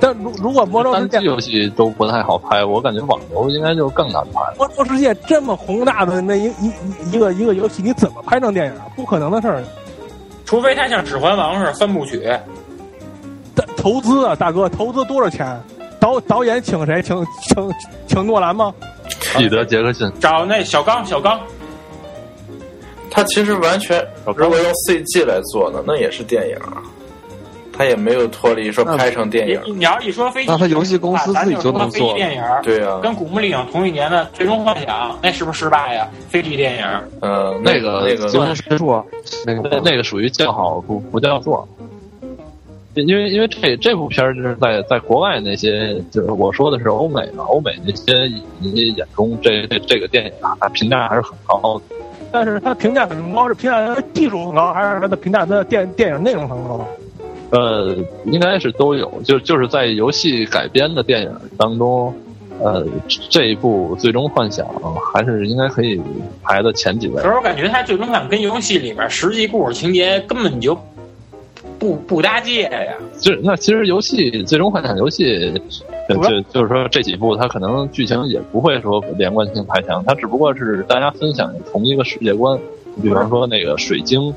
但如如果魔兽世
单机
界
游戏都不太好拍，我感觉网游应该就更难拍。
魔兽世界这么宏大的那一一一一个一个游戏，你怎么拍成电影？不可能的事儿。
除非他像《指环王》似的三部曲，
但投资啊，大哥，投资多少钱？导导演请谁？请请请诺兰吗？嗯
彼得·杰克逊，
找那小刚小刚
它其实完全如果用 CG 来做呢，那也是电影啊。它也没有脱离说拍成电
你
影。
你要一说飞机，
那他游戏公司自己就
咱就说
能做
飞机电影，
对啊，
跟古墓丽影同一年的《最终幻想》，那是不是失败呀？飞机电影，
嗯，
那
个
个
那个
结婚神树啊，那
那
个
那个属于叫好不不叫座，因因为因为这这部片儿就是在在国外那些就是我说的是欧美嘛，欧美那些人家眼中这这这个电影啊评价还是很高的。
但是他的评价很高，是评价他的技术很高，还是他的评价他的电电影内容很高？
呃，应该是都有，就就是在游戏改编的电影当中，呃，这一部《最终幻想》还是应该可以排的前几位
可。是我感觉他《最终幻想》跟游戏里面实际故事情节根本就不不搭界呀。
就是那其实游戏《最终幻想》游戏，就就就是说这几部它可能剧情也不会说连贯性太强，它只不过是大家分享同一个世界观。比方说那个水晶，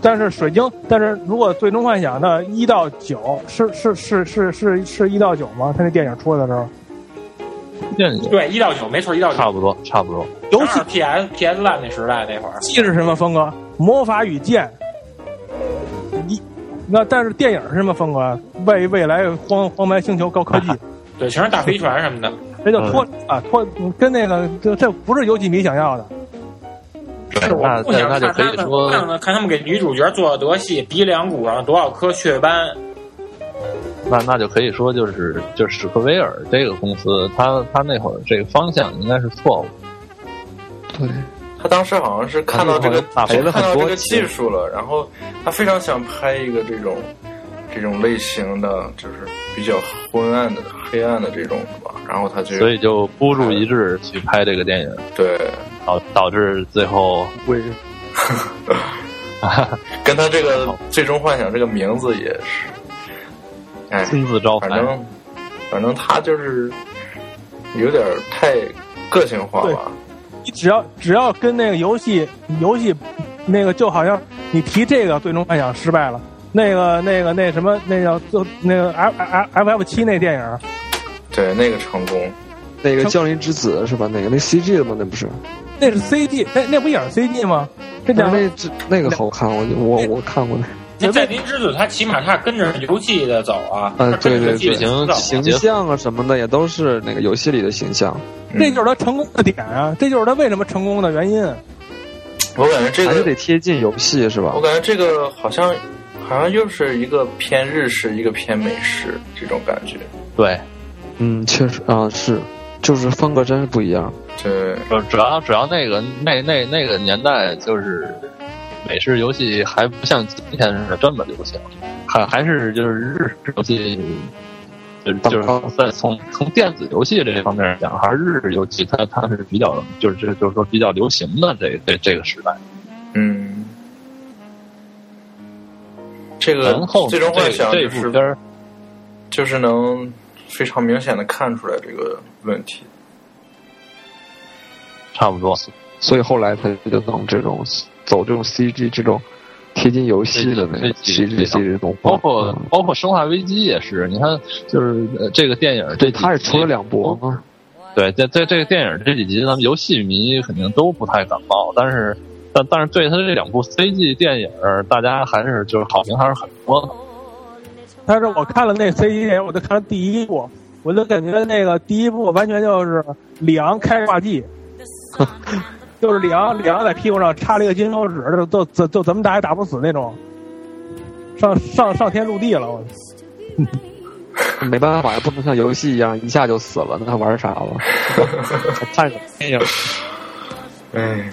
但是水晶，但是如果最终幻想的一到九是是是是是是一到九吗？他那电影出来的时候，
电影
对，一到九没错，一到九。
差不多差不多。
尤其
P S P S 烂那时代那会儿，
记是什么风格？魔法与剑。一，那但是电影是什么风格啊？未未来荒荒蛮星球高 [laughs] 科技，
对，全是大飞船什么的。
这就脱啊脱跟那个这这不是游戏迷想要的。
是我
[laughs] 那
不想
那
看
就可
他
以
们，
说
不，想看他们给女主角做的多细，鼻梁骨上多少颗雀斑，
那那就可以说就是就是史克威尔这个公司，它它那会儿这个方向应该是错误。
对，
他当时好像是看到这个
打
看
赔了很
到
多
这个技术了，然后他非常想拍一个这种这种类型的，就是比较昏暗的、黑暗的这种的吧。然后他就
所以就孤注一掷去拍这个电影，
对，
导导致最后
为
跟他这个《最终幻想》这个名字也是，哎，
亲自招
反
牌。
正反正他就是有点太个性化吧。
你只要只要跟那个游戏游戏那个就好像你提这个最终幻想失败了，那个那个那什么那叫做那个 F F F F 七那电影，
对，那个成功，
那个降临之子是吧？那个那 CG 的吗？那不是？
那是 C G，那那不也是 C G 吗？这两
但是
个
那只那个好看，我就我我看过那
那在林之子他起码他跟着游戏的走啊，
嗯
他跟着
对对
剧情
呃对
走。
形象啊什么的也都是那个游戏里的形象，
嗯
这就是他成功的点啊，这就是他为什么成功的原因。
我感觉这
还是
个
得贴近游戏是吧
我？感觉这个好像好像又是一个偏日式，一个偏美式这种感觉。
对，
嗯，确实啊、是，就是风格真是不一样。
对，
主主要主要那个那那那个年代就是美式游戏还不像今天似的这么流行，还还是就是日式游戏，就就是在从从电子游戏这方面讲，还是日式游戏它它是比较就是这就是说比较流行的这这这个时代。
嗯，这个
然后
最终幻想
这
就
这部
是
片儿，
就是能非常明显的看出来这个问题。
差不多，嗯
所以后来他就弄这种走这种 CG 这种贴近游戏的那种
对对
CG 系列动画，
包括
嗯
包括《生化危机》也是，你看就是呃这个电影这几
他也出了
集
两部
嗯
吗？
对，在在这个电影这几集，咱们游戏迷肯定都不太感冒，但是但但是对他这两部 CG 电影儿，大家还是就是好评还是很多的。
但是我看了那 C G，我就看了第一部，我就感觉那个第一部完全就是里昂开挂机，就是里昂里昂在屁股上插了一个金手指，就就就就怎么打也打不死那种，上上上天入地了，我
没办法，不能像游戏一样一下就死了，那还玩啥了？还看什么电影？
哎，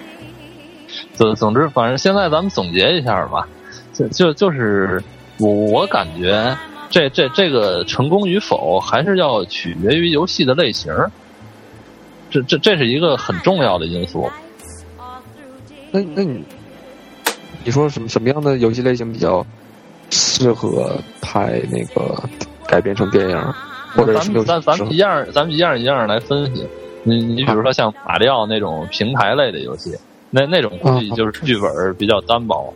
总总之，反正现在咱们总结一下吧，就就就是我我感觉这这这个成功与否，还是要取决于游戏的类型儿，这这这是一个很重要的因素。
那那你你说什么什么样的游戏类型比较适合拍那个呃改编成电影，或者
咱
是
们咱咱们一
是
样儿，咱们一样儿一样儿来分析。你你比如说像马里奥那种平台类的游戏，那那种估计
啊
就是剧本儿比较单薄。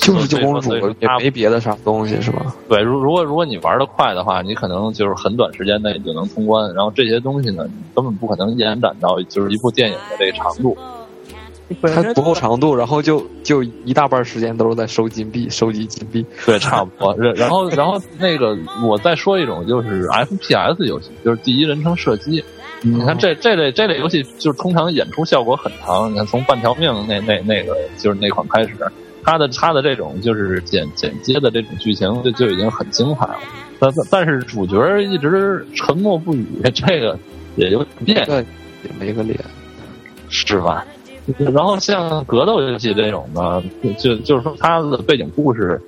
就是救公主
所以说，
也没别的啥东西是吧？
对，如如果如果你玩的快的话，你可能就是很短时间内就能通关。然后这些东西呢，你根本不可能延展到就是一部电影的这个长度。
[laughs]
本
它
身
不够长度，然后就就一大半时间都是在收金币、收集金币。
对，差不多。然然后，然后那个，我再说一种，就是 FPS 游戏，就是第一人称射击。你看这这类这类游戏，就是通常演出效果很长。你看从半条命那那那个就是那款开始，它的它的这种就是剪剪接的这种剧情就就已经很精彩了。但但是主角一直沉默不语，这个也有点别扭
对，也没个脸。
是吧？然后像格斗游戏这种呢，就就就是说它的背景故事，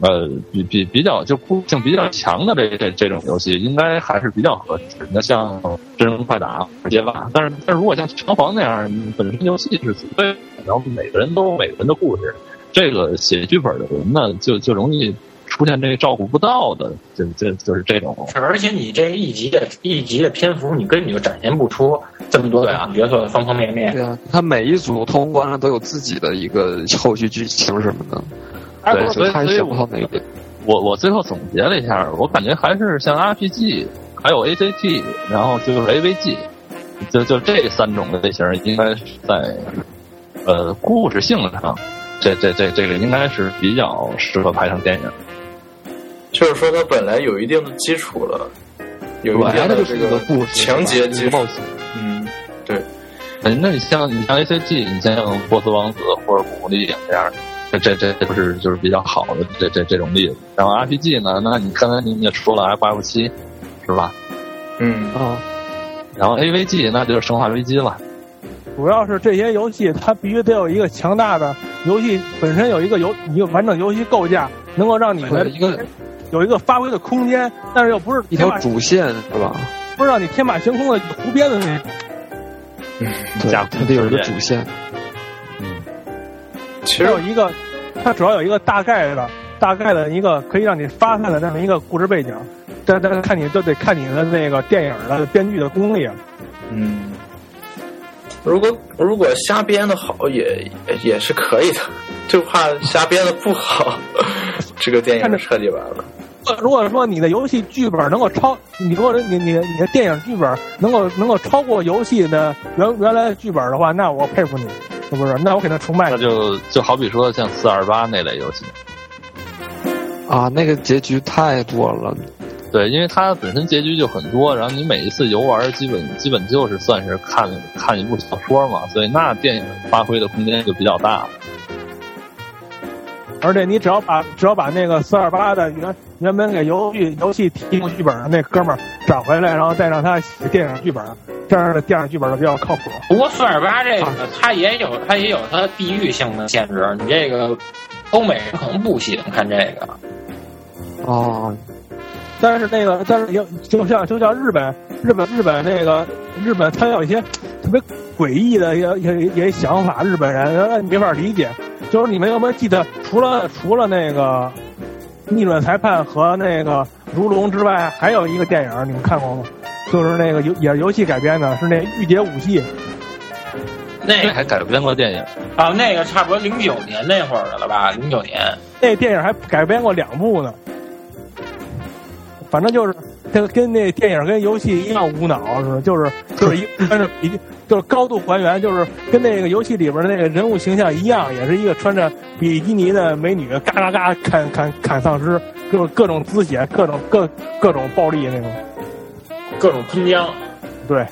呃，比比比较就故事性比较强的这这这种游戏，应该还是比较合适。那像真人快打、街霸，但是但是如果像拳皇那样，嗯本身游戏是组队，然后每个人都有每个人的故事，这个写剧本的人呢，就就容易出现这个照顾不到的，就就就是这种
是而且你这一集的一集的篇幅，你根本就展现不出这么多
对啊
角色的方方面面。
对啊，他每一组通关了都有自己的一个后续剧情什么的，
哎
对所以
哦他也
所以
写不
我
好哪个。
我我最后总结了一下，我感觉还是像 RPG，还有 ACT，然后就是 AVG，就就这三种类型应该是在呃故事性上，这这这这个应该是比较适合拍成电影。
就是说它本来有一定的基础了，有
本
一
来
定
它
的
就是
这
一个故事
情节基
是吧
础
冒。险。
嗯，
嗯，那你像你像 ACT，你像波斯王子或者古墓丽影这样，这这这不是就是比较好的这这这种例子。然后 RPG 呢，那你刚才你也说了 F F 七是吧？
嗯，
啊，
然后 AVG 那就是生化危机了。
主要是这些游戏它必须得有一个强大的游戏本身有一个游一个完整游戏构架，能够让你们
对一个
有一个发挥的空间，但是又不是
一条主线是吧？
不是让你天马行空的胡编的那种。
对，
加
它得有一个
主线
主线。
嗯
其
只
实
有一个，它主要有一个大概的、大概的一个可以让你发散的这么一个故事背景，但但是看你就得看你的那个电影的编剧的功力。啊
嗯，如果如果瞎编的好也也也是可以的， [laughs] 就怕瞎编的不好， [laughs] 这个电影就彻底完了。
呃如果说你的游戏剧本能够超，你如果你你你的电影剧本能够能够超过游戏的原原来的剧本的话，那我佩服你，是不是？那我肯定崇拜
那
你。
就就好比说像四二八那类游戏，
啊，那个结局太多了，
对，因为它本身结局就很多，然后你每一次游玩，基本基本就是算是看看一部小说嘛，所以那电影发挥的空间就比较大。
而且你只要把只要把那个四二八的原原本给游戏游戏提供剧本的那哥们儿找回来，然后再让他写电影剧本，这样的电影剧本就比较靠谱。
不过四二八这个，它也有它也有它地域性的限制，你这个欧美人可能不喜欢看这个。
哦，
但是那个，但是有就像就像日本，日本日本那个日本，他有一些特别诡异的也也也想法，日本人呃你没法理解。就是你们有没有记得，除了除了那个《逆转裁判》和那个《如龙》之外，还有一个电影你们看过吗？就是那个游也是游戏改编的，是那《御姐武戏》。
那
这
个
还改编过电影，
啊，那个差不多零九年那会儿的了吧？零九年，
那电影还改编过两部呢。反正就是这个跟那电影跟游戏一样无脑似的，就是就是一穿着比基，就是高度还原，就是跟那个游戏里边的那个人物形象一样，也是一个穿着比基尼的美女，嘎嘎嘎砍砍砍丧尸，就是各种滋血，各种各各种暴力那种。
各种喷浆。
对，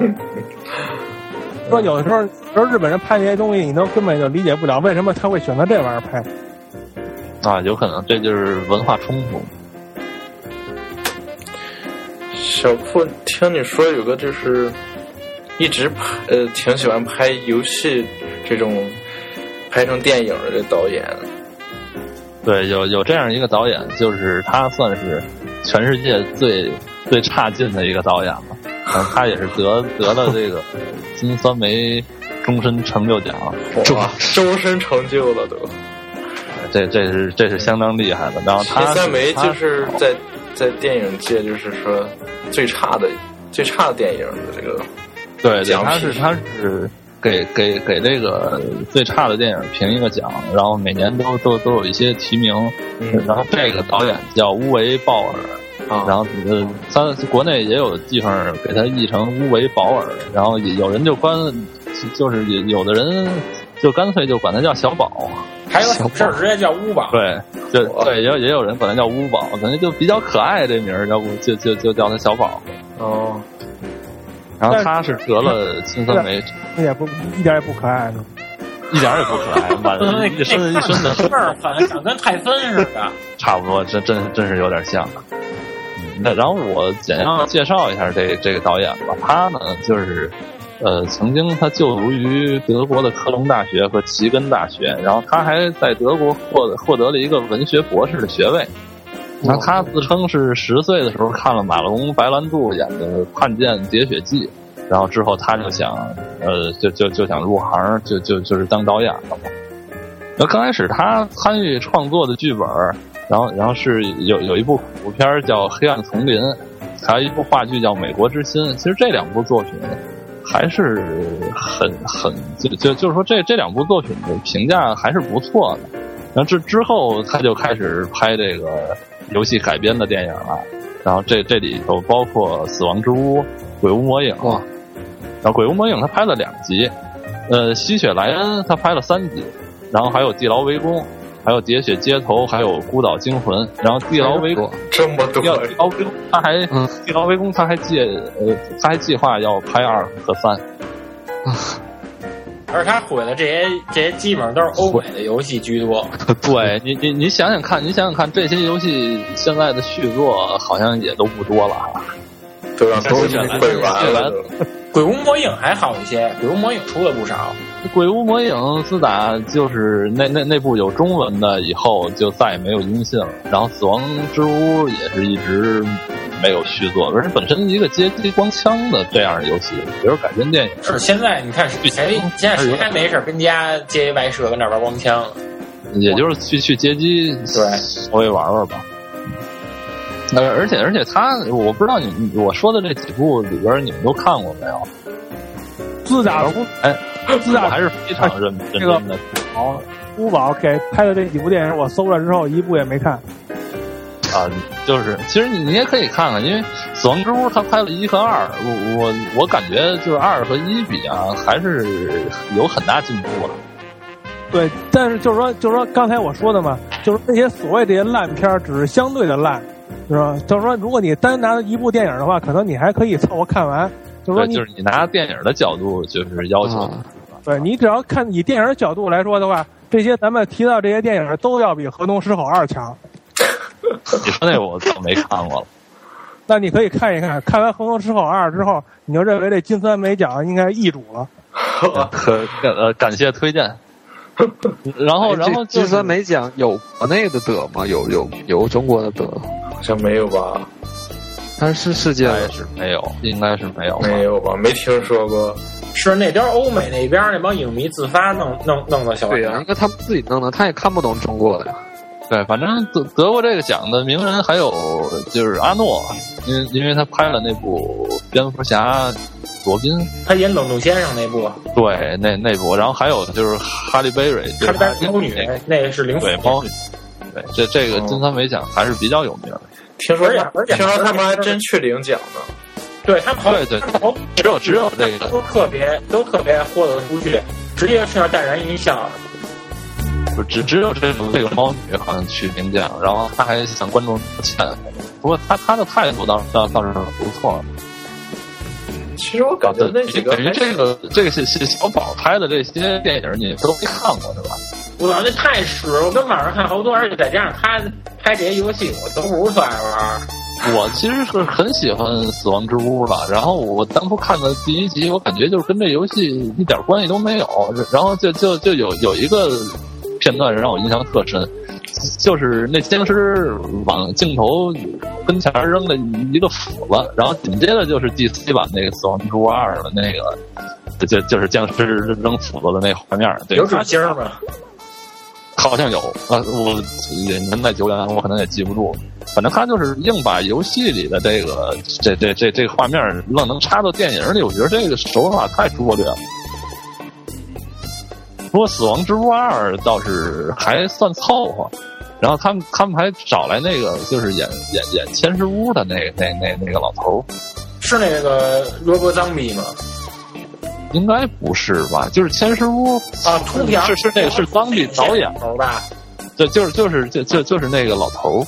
[laughs] 说有的时候，有时候日本人拍那些东西，你都根本就理解不了为什么他会选择这玩意儿拍。
啊，有可能这就是文化冲突。
小库，听你说有个就是一直拍呃挺喜欢拍游戏这种拍成电影的这导演，
对，有有这样一个导演，就是他算是全世界最最差劲的一个导演了。嗯，他也是得得了这个金酸梅终身成就奖，
哇，终身成就了都。
这这是这是相当厉害的。然后啊他
秦三梅
他
就是在在电影界就是说最差的最差的电影的这个
对对，
奖
他是
品
他是给给给这个最差的电影评一个奖，然后每年都都都有一些提名。
嗯
然后这个导演叫乌维鲍尔，
啊，
然后呃，他国内也有地方给他译成乌维保尔，然后也有人就关，就是有有的人就干脆就管他叫小宝，
还有事儿直接叫乌宝，
对，就对，也有也有人管他叫乌宝，可能就比较可爱这名儿，要不就就就叫他小宝。
哦，
然后他是得了青酸梅，
也不一点也不可爱呢。
一点儿也不可爱，满
[laughs] 那
一身一身的，
事儿反想跟泰森似的。
差不多，真真真是有点像。嗯那然后我简要介绍一下这这个导演吧，他呢就是，呃，曾经他就读于德国的科隆大学和齐根大学，然后他还在德国获得获得了一个文学博士的学位。那他自称是十岁的时候看了马龙白兰度演的《叛剑喋血记》，然后之后他就想，呃，就就就想入行，就就就是当导演了嘛。那刚开始他参与创作的剧本儿，然后然后是有有一部恐怖片儿叫《黑暗丛林》，还有一部话剧叫《美国之心》。其实这两部作品还是很很就就就是说这这两部作品的评价还是不错的。然后这之后他就开始拍这个游戏改编的电影了，然后这这里头包括《死亡之屋》《鬼屋魔影》
哇，
然后《鬼屋魔影》他拍了两集，呃，《吸血莱恩》他拍了三集，然后还有《地牢围攻》，还有《喋血街头》，还有《孤岛惊魂》，然后《地牢围攻》
这么多
要地牢围攻，他还
嗯
地牢围攻，他还计呃，他还计划要拍二和三。
而他毁的这些这些基本上都是欧美的游戏居多，
对你，你你想想看，你想想看，这些游戏现在的续作好像也都不多了啊。
都让东西毁完
都
了
完
都。
《鬼屋魔影》还好一些，《鬼屋魔影》出了不少。
鬼屋魔影自打就是那那那部有中文的以后，就再也没有音信了。然后死亡之屋也是一直没有续作，而且本身一个街机光枪的这样的游戏，比如改编电影，
是现在你看谁现在谁还没事儿跟家接一白蛇跟那儿玩光枪？
也就是去去街机
对
稍微玩玩吧。呃，而且而且他，我不知道你你我说的这几部里边你们都看过没有？
自打出
哎，
自
我
打
还是非常认认
[laughs] 这个
真的。
好珠宝给拍的这几部电影，我搜了之后一部也没看。
啊，就是其实你你也可以看看，因为《死亡之屋》它拍了一和二，我我我感觉就是二和一比啊，还是有很大进步了。
对，但是就是说，就是说刚才我说的嘛，就是那些所谓这些烂片儿，只是相对的烂，是吧？就是说，如果你单拿一部电影的话，可能你还可以凑合看完。就是说
对，
你，
就是你拿电影的角度就是要求，
啊，
对你只要看以电影角度来说的话，这些咱们提到这些电影都要比《河东狮吼二》强。
你说那我倒没看
[laughs]
过了。
那你可以看一看，看完《河东狮吼二》之后，你就认为这金酸梅奖应该易主了。
可呃，感谢推
[laughs]
荐。然
哎
后，然后就
金
是
酸梅奖有国内的得吗？有有有中国的得，
好像没有吧？
它是世界
应
的
该是没有，应该是没有吧。
没有吧？没听说过。
是那边欧美那边那帮影迷自发弄弄弄的小玩
对
意
呀、
儿
应。该他们自己弄的，他也看不懂中国的呀。
对，反正得得过这个奖的名人还有就是阿诺，因为因为他拍了那部《蝙蝠侠》，罗宾
他演冷冻先生那部，
对，那那部，然后还有就是哈利贝瑞，
他
就是
是猫女
那个，
那个是零
啊对猫女，对这这个金酸梅奖还是比较有名的。
听说
而且
他
而且
听说他们还真去领奖呢。
对他们好
对对，
好
只有只有这个，
都特别都特别豁得出去，直接是要淡然一笑。
不只只有这部这个猫女好像去领奖，然后她还向观众道歉。不过她她的态度倒倒倒是不错，
其实我
啊
感
啊
觉那几个
等于
还
这个这个是是小宝拍的这些电影，你都没看过是吧？
我操，那太屎了！我跟网上看好多，而且再加上他拍这些游戏，我都不是特爱玩。
我其实是很喜欢《死亡之屋》吧，然后我当初看的第一集，我感觉就是跟这游戏一点关系都没有。然后就就就有有一个片段让我印象特深，就是那僵尸往镜头跟前扔了一个斧子，然后紧接着就是 DC 版那个《死亡之屋二》的那个，就就就是僵尸扔斧子的那画面，对，
有纸星吗？
好像有啊，我也年代久远，我可能也记不住。反正他就是硬把游戏里的这个这这这这个画面愣能插到电影里，我觉得这个手法太拙劣了。不过《死亡之屋二》倒是还算凑合，然后他们他们还找来那个就是演演演千尸屋的那个那那那个老头儿，
是那个罗伯脏逼吗？
应该不是吧？就是千尸屋
啊，秃瓢
是是那个是当地导演，
头吧？
对，就是就是就就就是那个老头儿。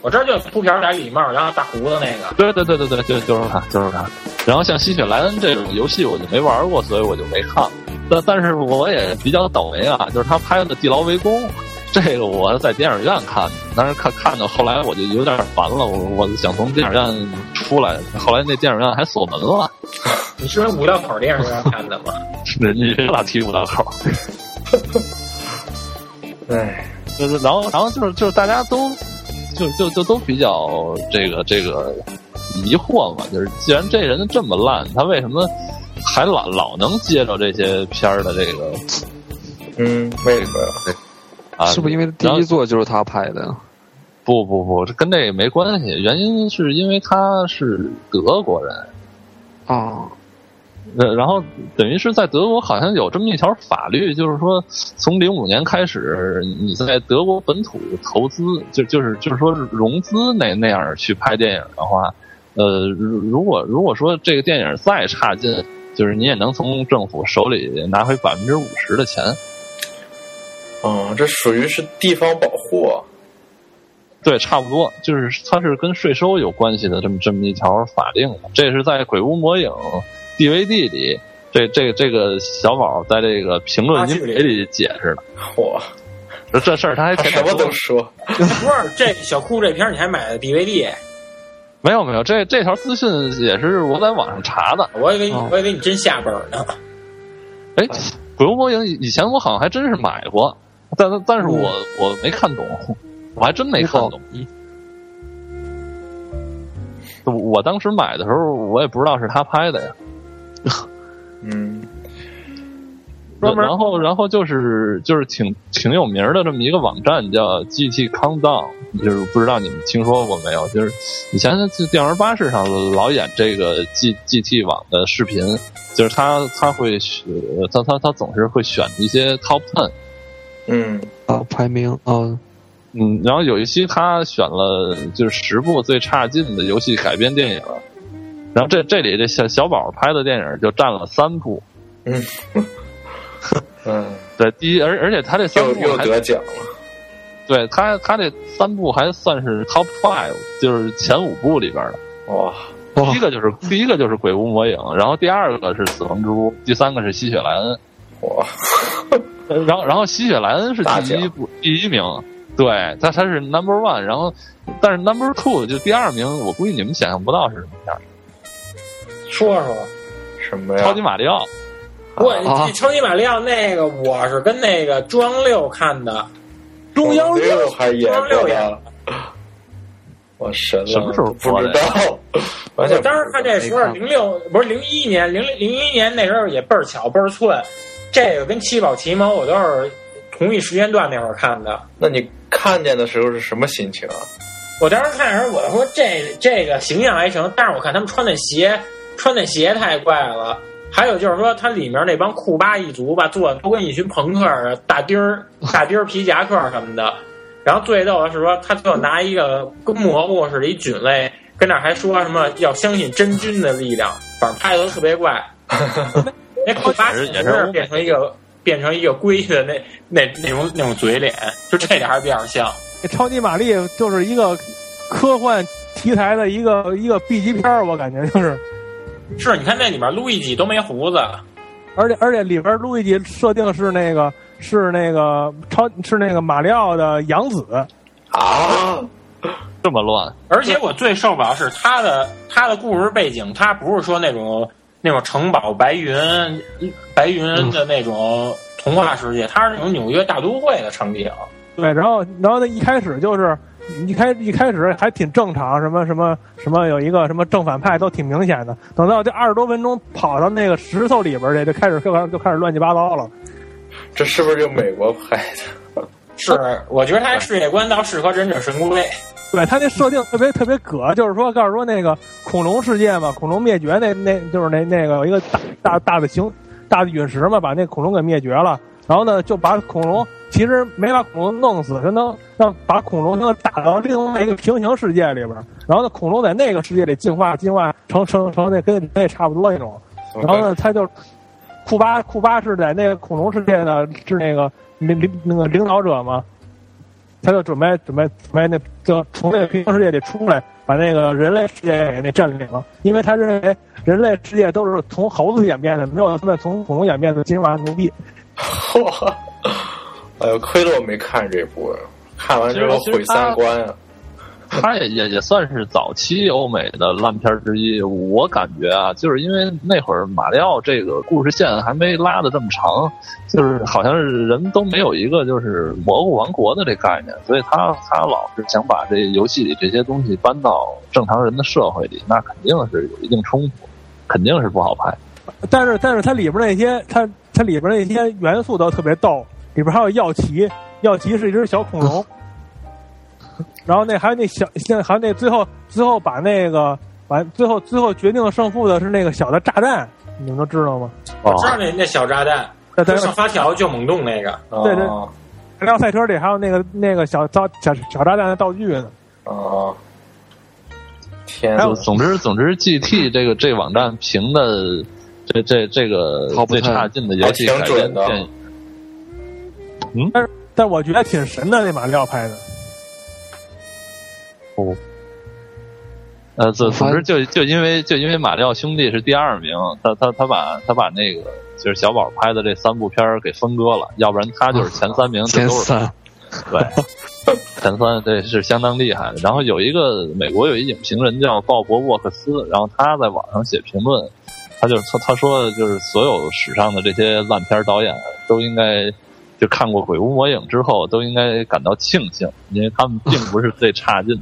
我这就秃瓢戴礼帽，然后大胡子那个。
对对对对对，就就是它，就是它。然后像《吸血莱恩》这种游戏，我就没玩过，所以我就没看。但但是我也比较倒霉啊，就是他拍的《地牢围攻》，这个我在电影院看的，但是看看到后来我就有点烦了，我我就想从电影院出来，后来那电影院还锁门了。
你是从五道口电影院看的
[laughs]
吗？
[laughs] 你别老提五道口。
哎，
就是然后然后就是就是大家都就就就都比较这个这个疑惑嘛，就是既然这人这么烂，他为什么还老老能接着这些片儿的这个
嗯，为什么呀？
啊？
是不是因为第
然后
一座就是他拍的？
不不不，这跟这个没关系，原因是因为他是德国人，
啊？
呃，然后等于是在德国好像有这么一条法律，就是说从零五年开始，你在德国本土投资，就就是就是说融资那那样去拍电影的话，呃，如如果如果说这个电影再差劲，就是你也能从政府手里拿回百分之五十的钱。
嗯，这属于是地方保护啊。
对，差不多，就是它是跟税收有关系的这么这么一条法令嘛。这是在《鬼屋魔影》DVD 里，这这这个小宝在这个评论音频里解释的。
嚯，
这这事儿他还
他
给
什么哎都
是
说。
不是，这小酷这片儿你还买的 DVD？
没有没有，这这条资讯也是我在网上查的。
我以为你
哦
我以为你真下本儿呢。
哎，《鬼屋魔影》以以前我好像还真是买过，但但是我我没看懂，我还真没看懂。我我当时买的时候，我也不知道是他拍的呀。
嗯，
专门
然后然后就是就是挺挺有名儿的这么一个网站叫 GT Countdown，就是不知道你们听说过没有？就是以前在电玩巴士上老演这个 G GT 网的视频，就是他他会选他他他总是会选一些 Top Ten，
嗯，
啊，排名啊，
嗯，然后有一期他选了就是十部最差劲的游戏改编电影，然后这这里这小小宝拍的电影就占了三部，
嗯，
对，第一，而而且他这三
又
部
又
还
得奖了，
对他，他这三部还算是 top five，就是前五部里边的。
哇，
哇
第一，个就是第一个就是《鬼屋魔影》，然后第二个是《死亡之屋》，第三个是《吸血莱恩
哇，》，
然后然后《吸血莱恩》是
大
第一
奖
部第一名，对，他他是 number one，然后但是 number two 就第二名，我估计你们想象不到是什么样，
说说吧。
什么
《
呀？
超级马里奥》
我
啊
这超级马里奥那个，我是跟那个中央六看的，中央
六
六
还演
中央
过
六演
呢， [laughs] 我神了，
什么时候
不
播
知
的
道？ [laughs] 完全
我当时看这时候
没看
零六不是零一年，零零一年那时候也倍儿巧倍儿寸，这个跟七宝奇谋我都是同一时间段那会儿看的。
那你看见的时候是什么心情啊？
我当时看的时候，我说这这个形象还行，但是我看他们穿的鞋穿的鞋太怪了。还有就是说，它里面那帮库巴一族吧，做的都跟一群朋克似的，大钉儿、大钉儿皮夹克什么的。然后最逗的是说，他最后拿一个跟蘑菇似的，一菌类，跟那儿还说什么要相信真菌的力量，反正拍的都特别怪。那库巴
也是也是欧美
变成一个变成一个龟的那那那种那种嘴脸，就这点还是比较像。
这超级玛丽就是一个科幻题材的一个一个 B 级片儿，我感觉就是，
是，你看那里面路易吉都没胡子，
而且而且里边路易吉设定是那个是那个超是那个马里奥的养子，
啊，
这么乱，
而且我最受不了是他的他的故事背景，他不是说那种那种城堡白云白云的那种童话世界，他是那种纽约大都会的场景。
对，然后然后呢，一开始就是一开一开始还挺正常，什么什么什么有一个什么正反派都挺明显的。等到这二十多分钟跑到那个石头里边儿去，就开始就开始就开始乱七八糟了。
这是不是就美国拍的？
是，哦我觉得他世界观倒适合忍者神龟。
对他那设定特别特别葛，就是说告诉说那个恐龙世界嘛，恐龙灭绝那那就是那那个有一个大大大的行大的陨石嘛，把那恐龙给灭绝了。然后呢，就把恐龙其实没把恐龙弄死，它能让把恐龙能打到另外一个平行世界里边儿。然后呢，恐龙在那个世界里进化，进化成成成那跟那差不多那种。 [laughs] 然后呢，他就库巴库巴是在那个恐龙世界呢，是那个领领那个领导者嘛，他就准备准备准备那就从那个平行世界里出来，把那个人类世界给那占领了，因为他认为人类世界都是从猴子演变的，没有他们从恐龙演变的进化奴婢。
嚯， [laughs] 哎呦，亏了我没看这部，看完之后毁三观啊！
他也也也算是早期欧美的烂片儿之一。我感觉啊，就是因为那会儿马里奥这个故事线还没拉的这么长，就是好像是人都没有一个就是蘑菇王国的这概念，所以他他老是想把这游戏里这些东西搬到正常人的社会里，那肯定是有一定冲突，肯定是不好拍。
但是但是它里边那些它它里边那些元素都特别逗，里边还有药旗，药旗是一只小恐龙，然后那还有那小现还有那最后最后把那个完最后最后决定胜负的是那个小的炸弹，你们都知道吗？
啊
哦
知道那那哦小炸弹，
在在
就上发条就猛动那个，
啊
对对燃料赛车里还有那个那个小造小小炸弹的道具呢。
啊！天哪
就，总之总之，GT 这个这网站评的这这这个
好不
最
太
差劲的游戏
还挺
改
准
编
的
电影。
但我觉得挺神的，那马里奥拍的。
呃，总总之
我
就就因为就因为马里奥兄弟是第二名，他他他把他把那个就是小宝拍的这三部片儿给分割了，要不然他就是前三名，这
前
都是
三，
[laughs] 对呃前三，这是相当厉害的。然后有一个美国有一影评人叫鲍勃沃克斯，然后他在网上写评论，他就是他他说的就是所有史上的这些烂片导演都应该就看过《鬼屋魔影》之后都应该感到庆幸，因为他们并不是最差劲的。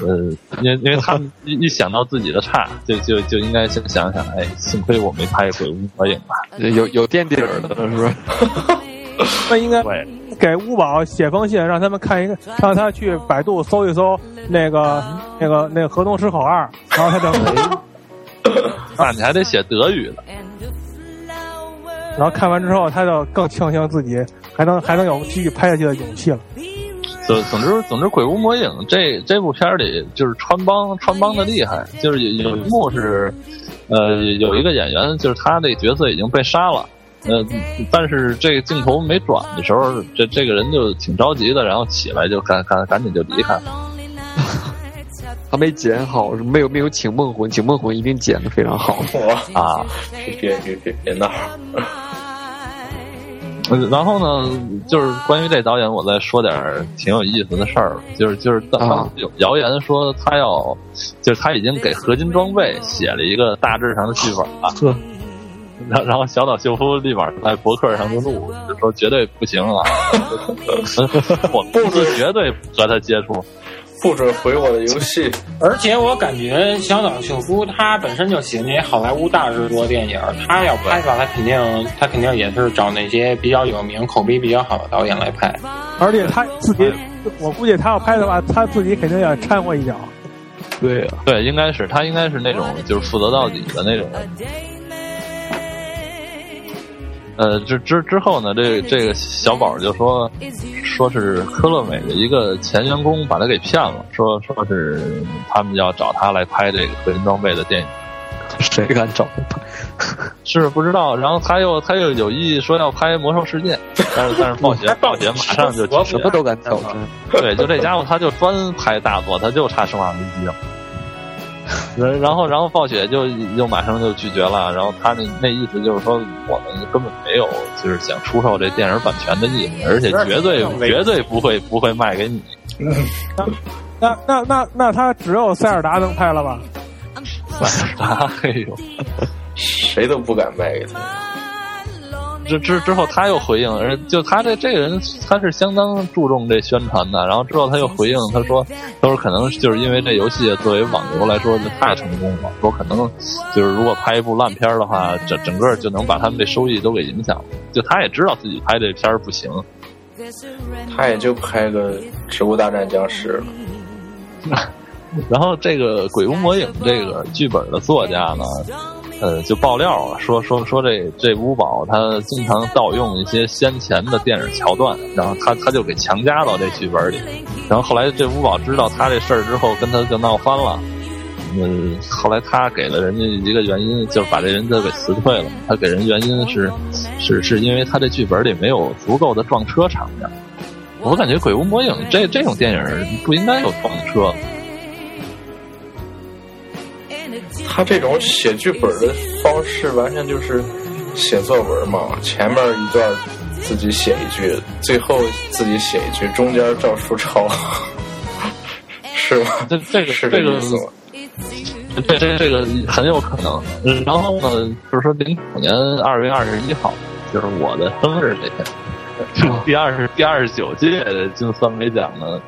呃，因为因为他们一一想到自己的差，就就就应该先想想，哎，幸亏我没拍《鬼屋魔影》吧。
有有垫底儿的是吧？
那应该
对，
给五宝写封信，让他们看一个，让他去百度搜一搜那个那个那个河东狮口二，然后他就，哎
那啊你还得写德语呢。
然后看完之后他就更庆幸自己还能还能有继续拍下去的勇气了。
总总之总之，《鬼屋魔影》这这部片儿里就是穿帮穿帮的厉害，就是有有一幕是，呃，有一个演员就是他这角色已经被杀了，呃，但是这个镜头没转的时候，这这个人就挺着急的，然后起来就赶赶赶紧就离开了。
他没剪好，没有没有请梦魂，请梦魂一定剪的非常好。 [laughs]
我
啊，
别别别别闹！
呃然后呢，就是关于这导演，我再说点儿挺有意思的事儿，就是就是当
啊
当时有谣言说他要，就是他已经给合金装备写了一个大致上的 [laughs] 剧本啊
[laughs]
了。
呵
[laughs] 然然后小岛秀夫立马在博客上就怒，就说绝对不行啊！ [laughs] 我们公司绝对不和他接触。
不准回我的游戏，
而且我感觉小岛秀夫他本身就喜欢那些好莱坞大制作电影，他要拍的话，他肯定他肯定也是找那些比较有名、口碑比较好的导演来拍。
而且他自己，
哎
我估计他要拍的话，他自己肯定也掺和一脚。
对呀、
对，应该是他，应该是那种就是负责到底的那种。呃，之之之后呢，这这个小宝就说，说是科乐美的一个前员工把他给骗了，说说是他们要找他来拍这个合金装备的电影，
谁敢找他拍？
是不知道。然后他又他又有意说要拍《魔兽世界》，但是但是暴雪暴雪马上就
我
什
什么都敢挑战。
对，就这家伙他就专拍大作，他就差《生化危机》了。然然后，然后暴雪就就马上就拒绝了，然后他那那意思就是说，我们根本没有就是想出售这电影版权的意思，而且绝对绝对不会不会卖给你。 [laughs]
那那那那他只有塞尔达能拍了吧？
[laughs] 哎呦，
谁都不敢卖给他。
之之之后他又回应，而就他这这个人他是相当注重这宣传的，然后之后他又回应，他说他说可能就是因为这游戏作为网游来说就太成功了，说可能就是如果拍一部烂片儿的话，整整个就能把他们这收益都给影响了。就他也知道自己拍这片儿不行，
他也就拍个《植物大战僵尸》了。
然后这个《鬼屋魔影》这个剧本的作家呢，呃，就爆料啊，说说说这这乌宝他经常盗用一些先前的电影桥段，然后他他就给强加到这剧本里。然后后来这乌宝知道他这事儿之后，跟他就闹翻了。嗯，后来他给了人家一个原因，就是把这人就给辞退了。他给人原因是，是是因为他这剧本里没有足够的撞车场面。我感觉《鬼屋魔影》这这种电影不应该有撞车，
他这种写剧本的方式，完全就是写作文嘛，前面一段自己写一句，最后自己写一句，中间照书抄，是吧？
这这个
是
这个
意思吗？
这这这个很有可能。嗯然后呢，就是说零九年二月二十一号，就是我的生日这天，
哦
第二十第二十九届的金酸梅奖
[laughs]
呢，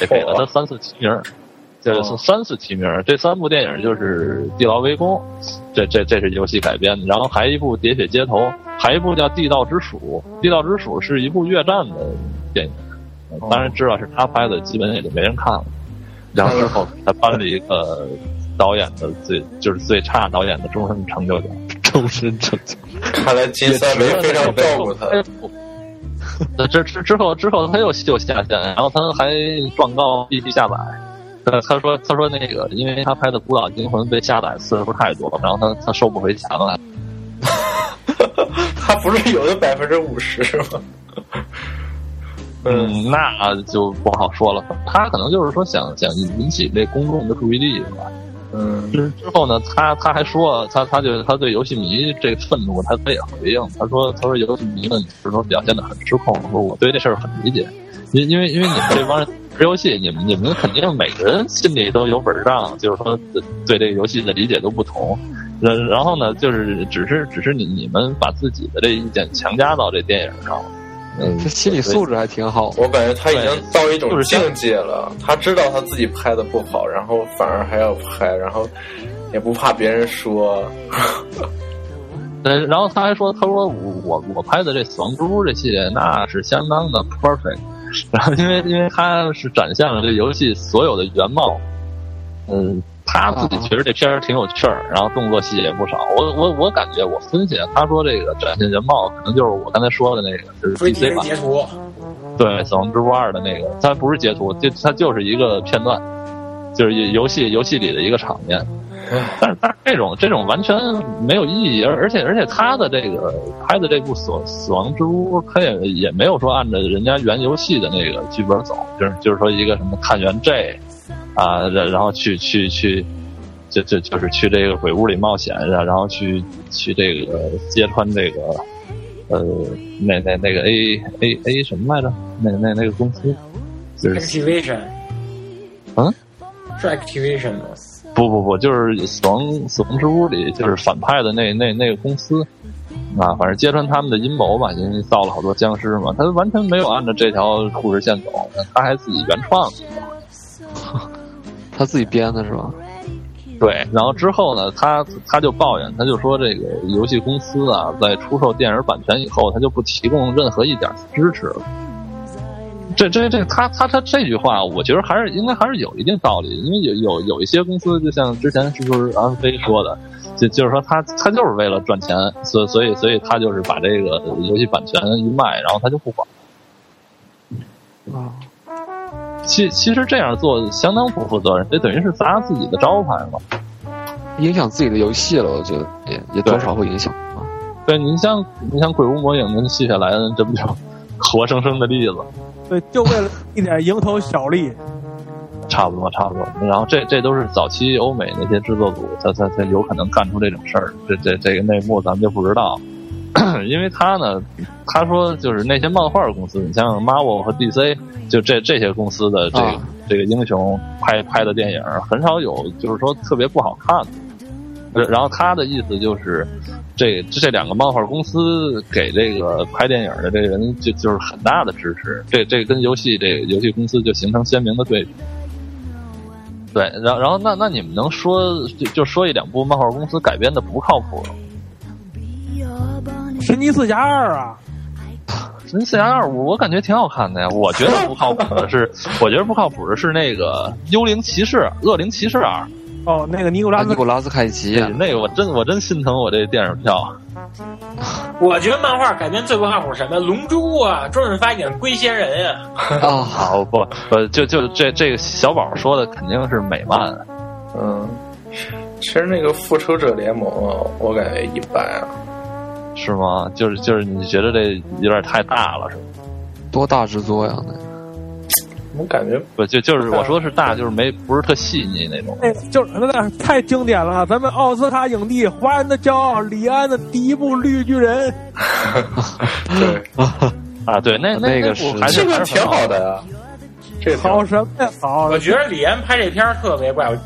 给给了他三次提
哦
名儿，就是三次提名儿。这三部电影就是《地牢围攻》，这这这是游戏改编的，然后还一部《喋血街头》，还一部叫《地道之鼠》。《地道之鼠》是一部越战的电影，呃当然知道是他拍的，基本也就没人看了。然
哎
后之后他颁了一个导演的最就是最差导演的终身成就奖，
终身成就。
看来金三梅非常照顾他。
那这之之后之后他又又下线，然后他还状告必须下载。他他说他说那个，因为他拍的《孤岛惊魂》被下载次数太多了，然后他他收不回钱了。
他不是有的百分之五十吗？嗯，
嗯，那就不好说了。他可能就是说想想引起这公众的注意力吧。
嗯，
之之后呢，他他还说，他他就他对游戏迷这个愤怒，他他也回应，他说他说游戏迷们就是说表现的很失控，说我对这事儿很理解，因因为因为你们这帮人玩游戏，你们你们肯定每个人心里都有本账，就是说对这个游戏的理解都不同。然然后呢，就是只是只是你你们把自己的这意见强加到这电影上了，嗯，
这心理素质还挺好。
我感觉他已经到一种
就是像
境界了，他知道他自己拍的不好，然后反而还要拍，然后也不怕别人说。
对，呃然后他还说，他说我我我拍的这死亡之屋这系列那是相当的 perfect，然 [laughs] 后因为因为他是展现了这游戏所有的原貌，嗯，他自己觉得这片儿挺有趣儿，然后动作戏也不少，我我我感觉我分析他说这个展现原貌可能就是我刚才说的那个就是
非敌
DC
人
版
截图，
对死亡之屋二的那个，它不是截图，就它就是一个片段，就是游戏游戏里的一个场面。但是但是这种这种完全没有意义，而而且而且他的这个拍的这部死《死亡之屋》，他也也没有说按照人家原游戏的那个剧本走，就是就是说一个什么探员 J 啊，然然后去去去，就就就是去这个鬼屋里冒险，然然后去去这个揭穿这个呃那那那个 A A A 什么来着？那那那个公司就是
Activation，
嗯，
是 Activation 吗？
不不不，就是死亡死亡之屋里就是反派的那那那个公司啊，反正揭穿他们的阴谋吧，因为造了好多僵尸嘛，他完全没有按照这条故事线走，他还自己原创。
他自己编的是吧？
对，然后之后呢，他他就抱怨，他就说这个游戏公司啊，在出售电影版权以后，他就不提供任何一点支持了。这这这，他他他这句话，我觉得还是应该还是有一定道理，因为有有有一些公司，就像之前是不是安飞说的，就就是说他他就是为了赚钱，所以所以所以他就是把这个游戏版权一卖，然后他就不管。
啊，
其其实这样做相当不负责任，这等于是砸自己的招牌嘛。
影响自己的游戏了，我觉得也也多少会影响啊。
对，你像你像《鬼屋魔影》跟《吸血莱恩》，这不就 [laughs] 活生生的例子？
对，就为了一点蝇头小利，
差不多，差不多。然后这这都是早期欧美那些制作组，他他他有可能干出这种事儿，这这这个内幕咱们就不知道。 [clears throat] 因为他呢，他说就是那些漫画公司，你像 Marvel 和 DC，就这这些公司的这个、
啊
这个英雄拍拍的电影，很少有就是说特别不好看的。呃然后他的意思就是，这这两个漫画公司给这个拍电影的这人就就是很大的支持，这这跟游戏这个游戏公司就形成鲜明的对比。对，然后然后那那你们能说就就说一两部漫画公司改编的不靠谱吗？
《神奇四侠二》啊，
《神奇四侠二》我我感觉挺好看的呀，我觉得不靠谱
[laughs]
的是，我觉得不靠谱的是那个《幽灵骑士》《恶灵骑士二
哦，那个尼古拉
啊，
斯
尼古拉斯凯奇》，
那个我真我真心疼我这电影票。
我觉得漫画改编最不靠谱什么？龙珠啊，周润发演龟仙人啊，
啊，
好不不就就这这个小宝说的肯定是美漫，
嗯，其实那个复仇者联盟啊，我感觉一般啊。
是吗？就是就是你觉得这有点太大了是吗？
多大制作呀！
我感觉
不就就是我说是大，就是没不是特细腻那种。
那个哎就是那个太经典了，咱们奥斯卡影帝华人的骄傲李安的第一部《绿巨人》，
对，
啊，对，那
那个
部
是
还是
这个
还是
挺
很
好的呀、这挺
好什么呀？好
我，觉得李安拍这片儿特别怪，我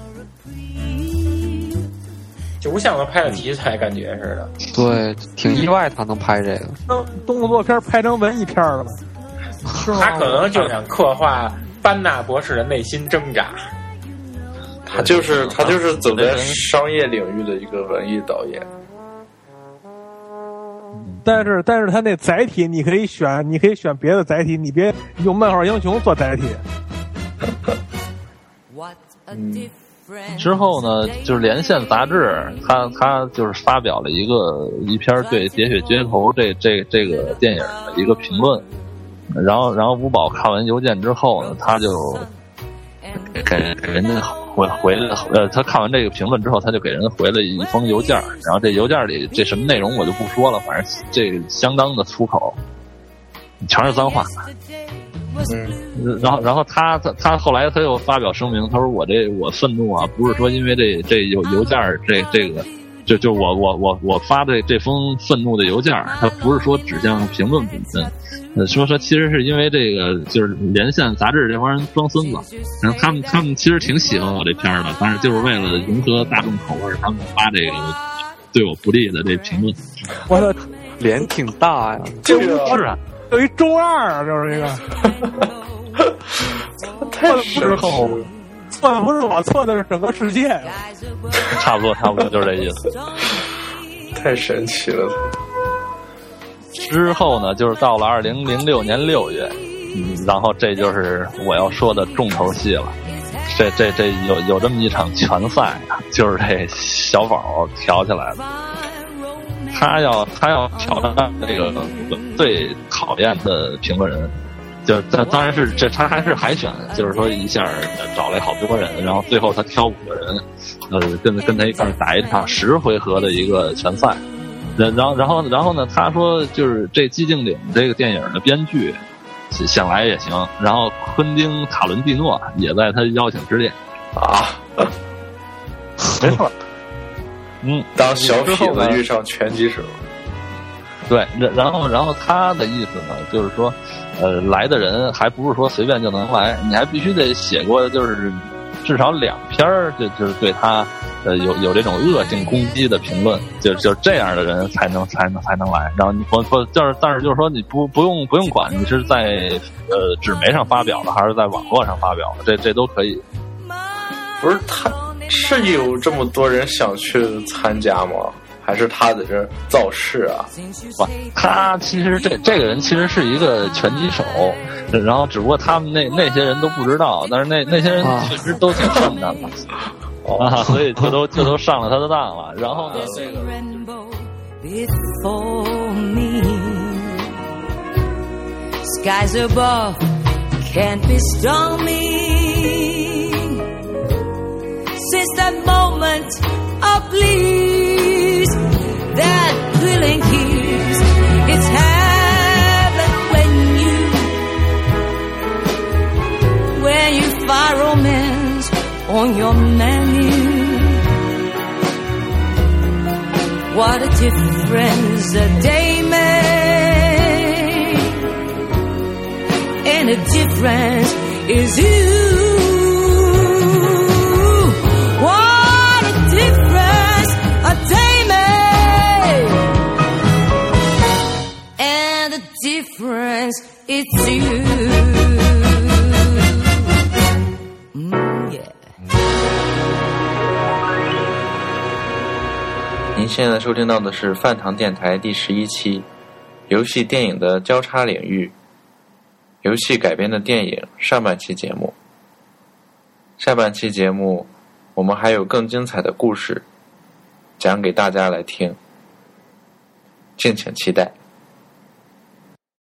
就不像他拍的题材感觉似的。
对，挺意外他能拍这个。
动动作片拍成文艺片了，
他可能就想刻画班纳博士的内心挣扎。
他就是他就是走在商业领域的一个文艺导演。
但是但是他那载体你可以选，你可以选别的载体，你别用漫画英雄做载体。
嗯
之后呢，就是《连线》杂志，他他就是发表了一个一篇对《喋血街头》这这这个电影的一个评论。然后，然后五宝看完邮件之后呢，他就给给人家回回了，呃，他看完这个评论之后，他就给人回了一封邮件儿。然后这邮件里这什么内容我就不说了，反正这相当的粗口，全是脏话。
嗯，
然后，然后他他他后来他又发表声明，他说我这我愤怒啊，不是说因为这这邮
啊
邮件儿这这个，就就我我我我发的这封愤怒的邮件
啊
儿，他不是说指向评论本身，呃，说说其实是因为这个就是连线杂志这帮人装孙子，然后他们他们其实挺喜欢我这片儿的，但是就是为了迎合大众口味儿，他们发这个对我不利的这评论。
我的
脸挺大呀，
[laughs] 这
是
个
啊，
有一中二啊，就是这个，
[laughs] 太
之
深
后
了。
错的不是我，错的是整个世界。啊
差不多，差不多就是这意思。
太神奇了！
之后呢，就是到了二零零六年六月，嗯，然后这就是我要说的重头戏了。这这这有有这么一场拳赛，啊 [laughs] 就是这小宝挑起来的。他要他要挑战这个最讨厌的评论人，就当当然是这他还是海选，就是说一下找来好多人，然后最后他挑五个人，呃，跟跟他一块儿打一场十回合的一个拳赛。然然后然后然后呢？他说就是这《寂静岭》这个电影的编剧想想来也行，然后昆汀·塔伦蒂诺也在他邀请之列啊，没错，嗯，
当小痞
之后呢
子遇上拳击手，
对，然然后然后他的意思呢，就是说，呃，来的人还不是说随便就能来，你还必须得写过就是至少两篇儿，就就是对他呃有有这种恶性攻击的评论，就就这样的人才能才能才能来。然后你我说就是，但是就是说你不不用不用管你是在呃纸媒上发表的还是在网络上发表的，这这都可以。
不是他是有这么多人想去参加吗？还是他在这儿造势啊？
吧？他其实这这个人其实是一个拳击手，然后只不过他们那那些人都不知道，但是那那些人
啊
确实都挺混蛋的。啊，所以就都就都上了他的当了。然后呢，
There's
这
a
个
rainbow before me. Skies above can't be stormy. Since that moment, oh please, that thrilling kiss. It's heaven when you, when you find romance on your menu. What a difference a day makes. And a difference is you. What a difference a day makes. And the difference it's you. Mm, yeah.
您现在收听到的是饭堂电台第十一期《游戏电影的交叉领域》游戏改编的电影上半期节目。下半期节目，我们还有更精彩的故事讲给大家来听，敬请期待。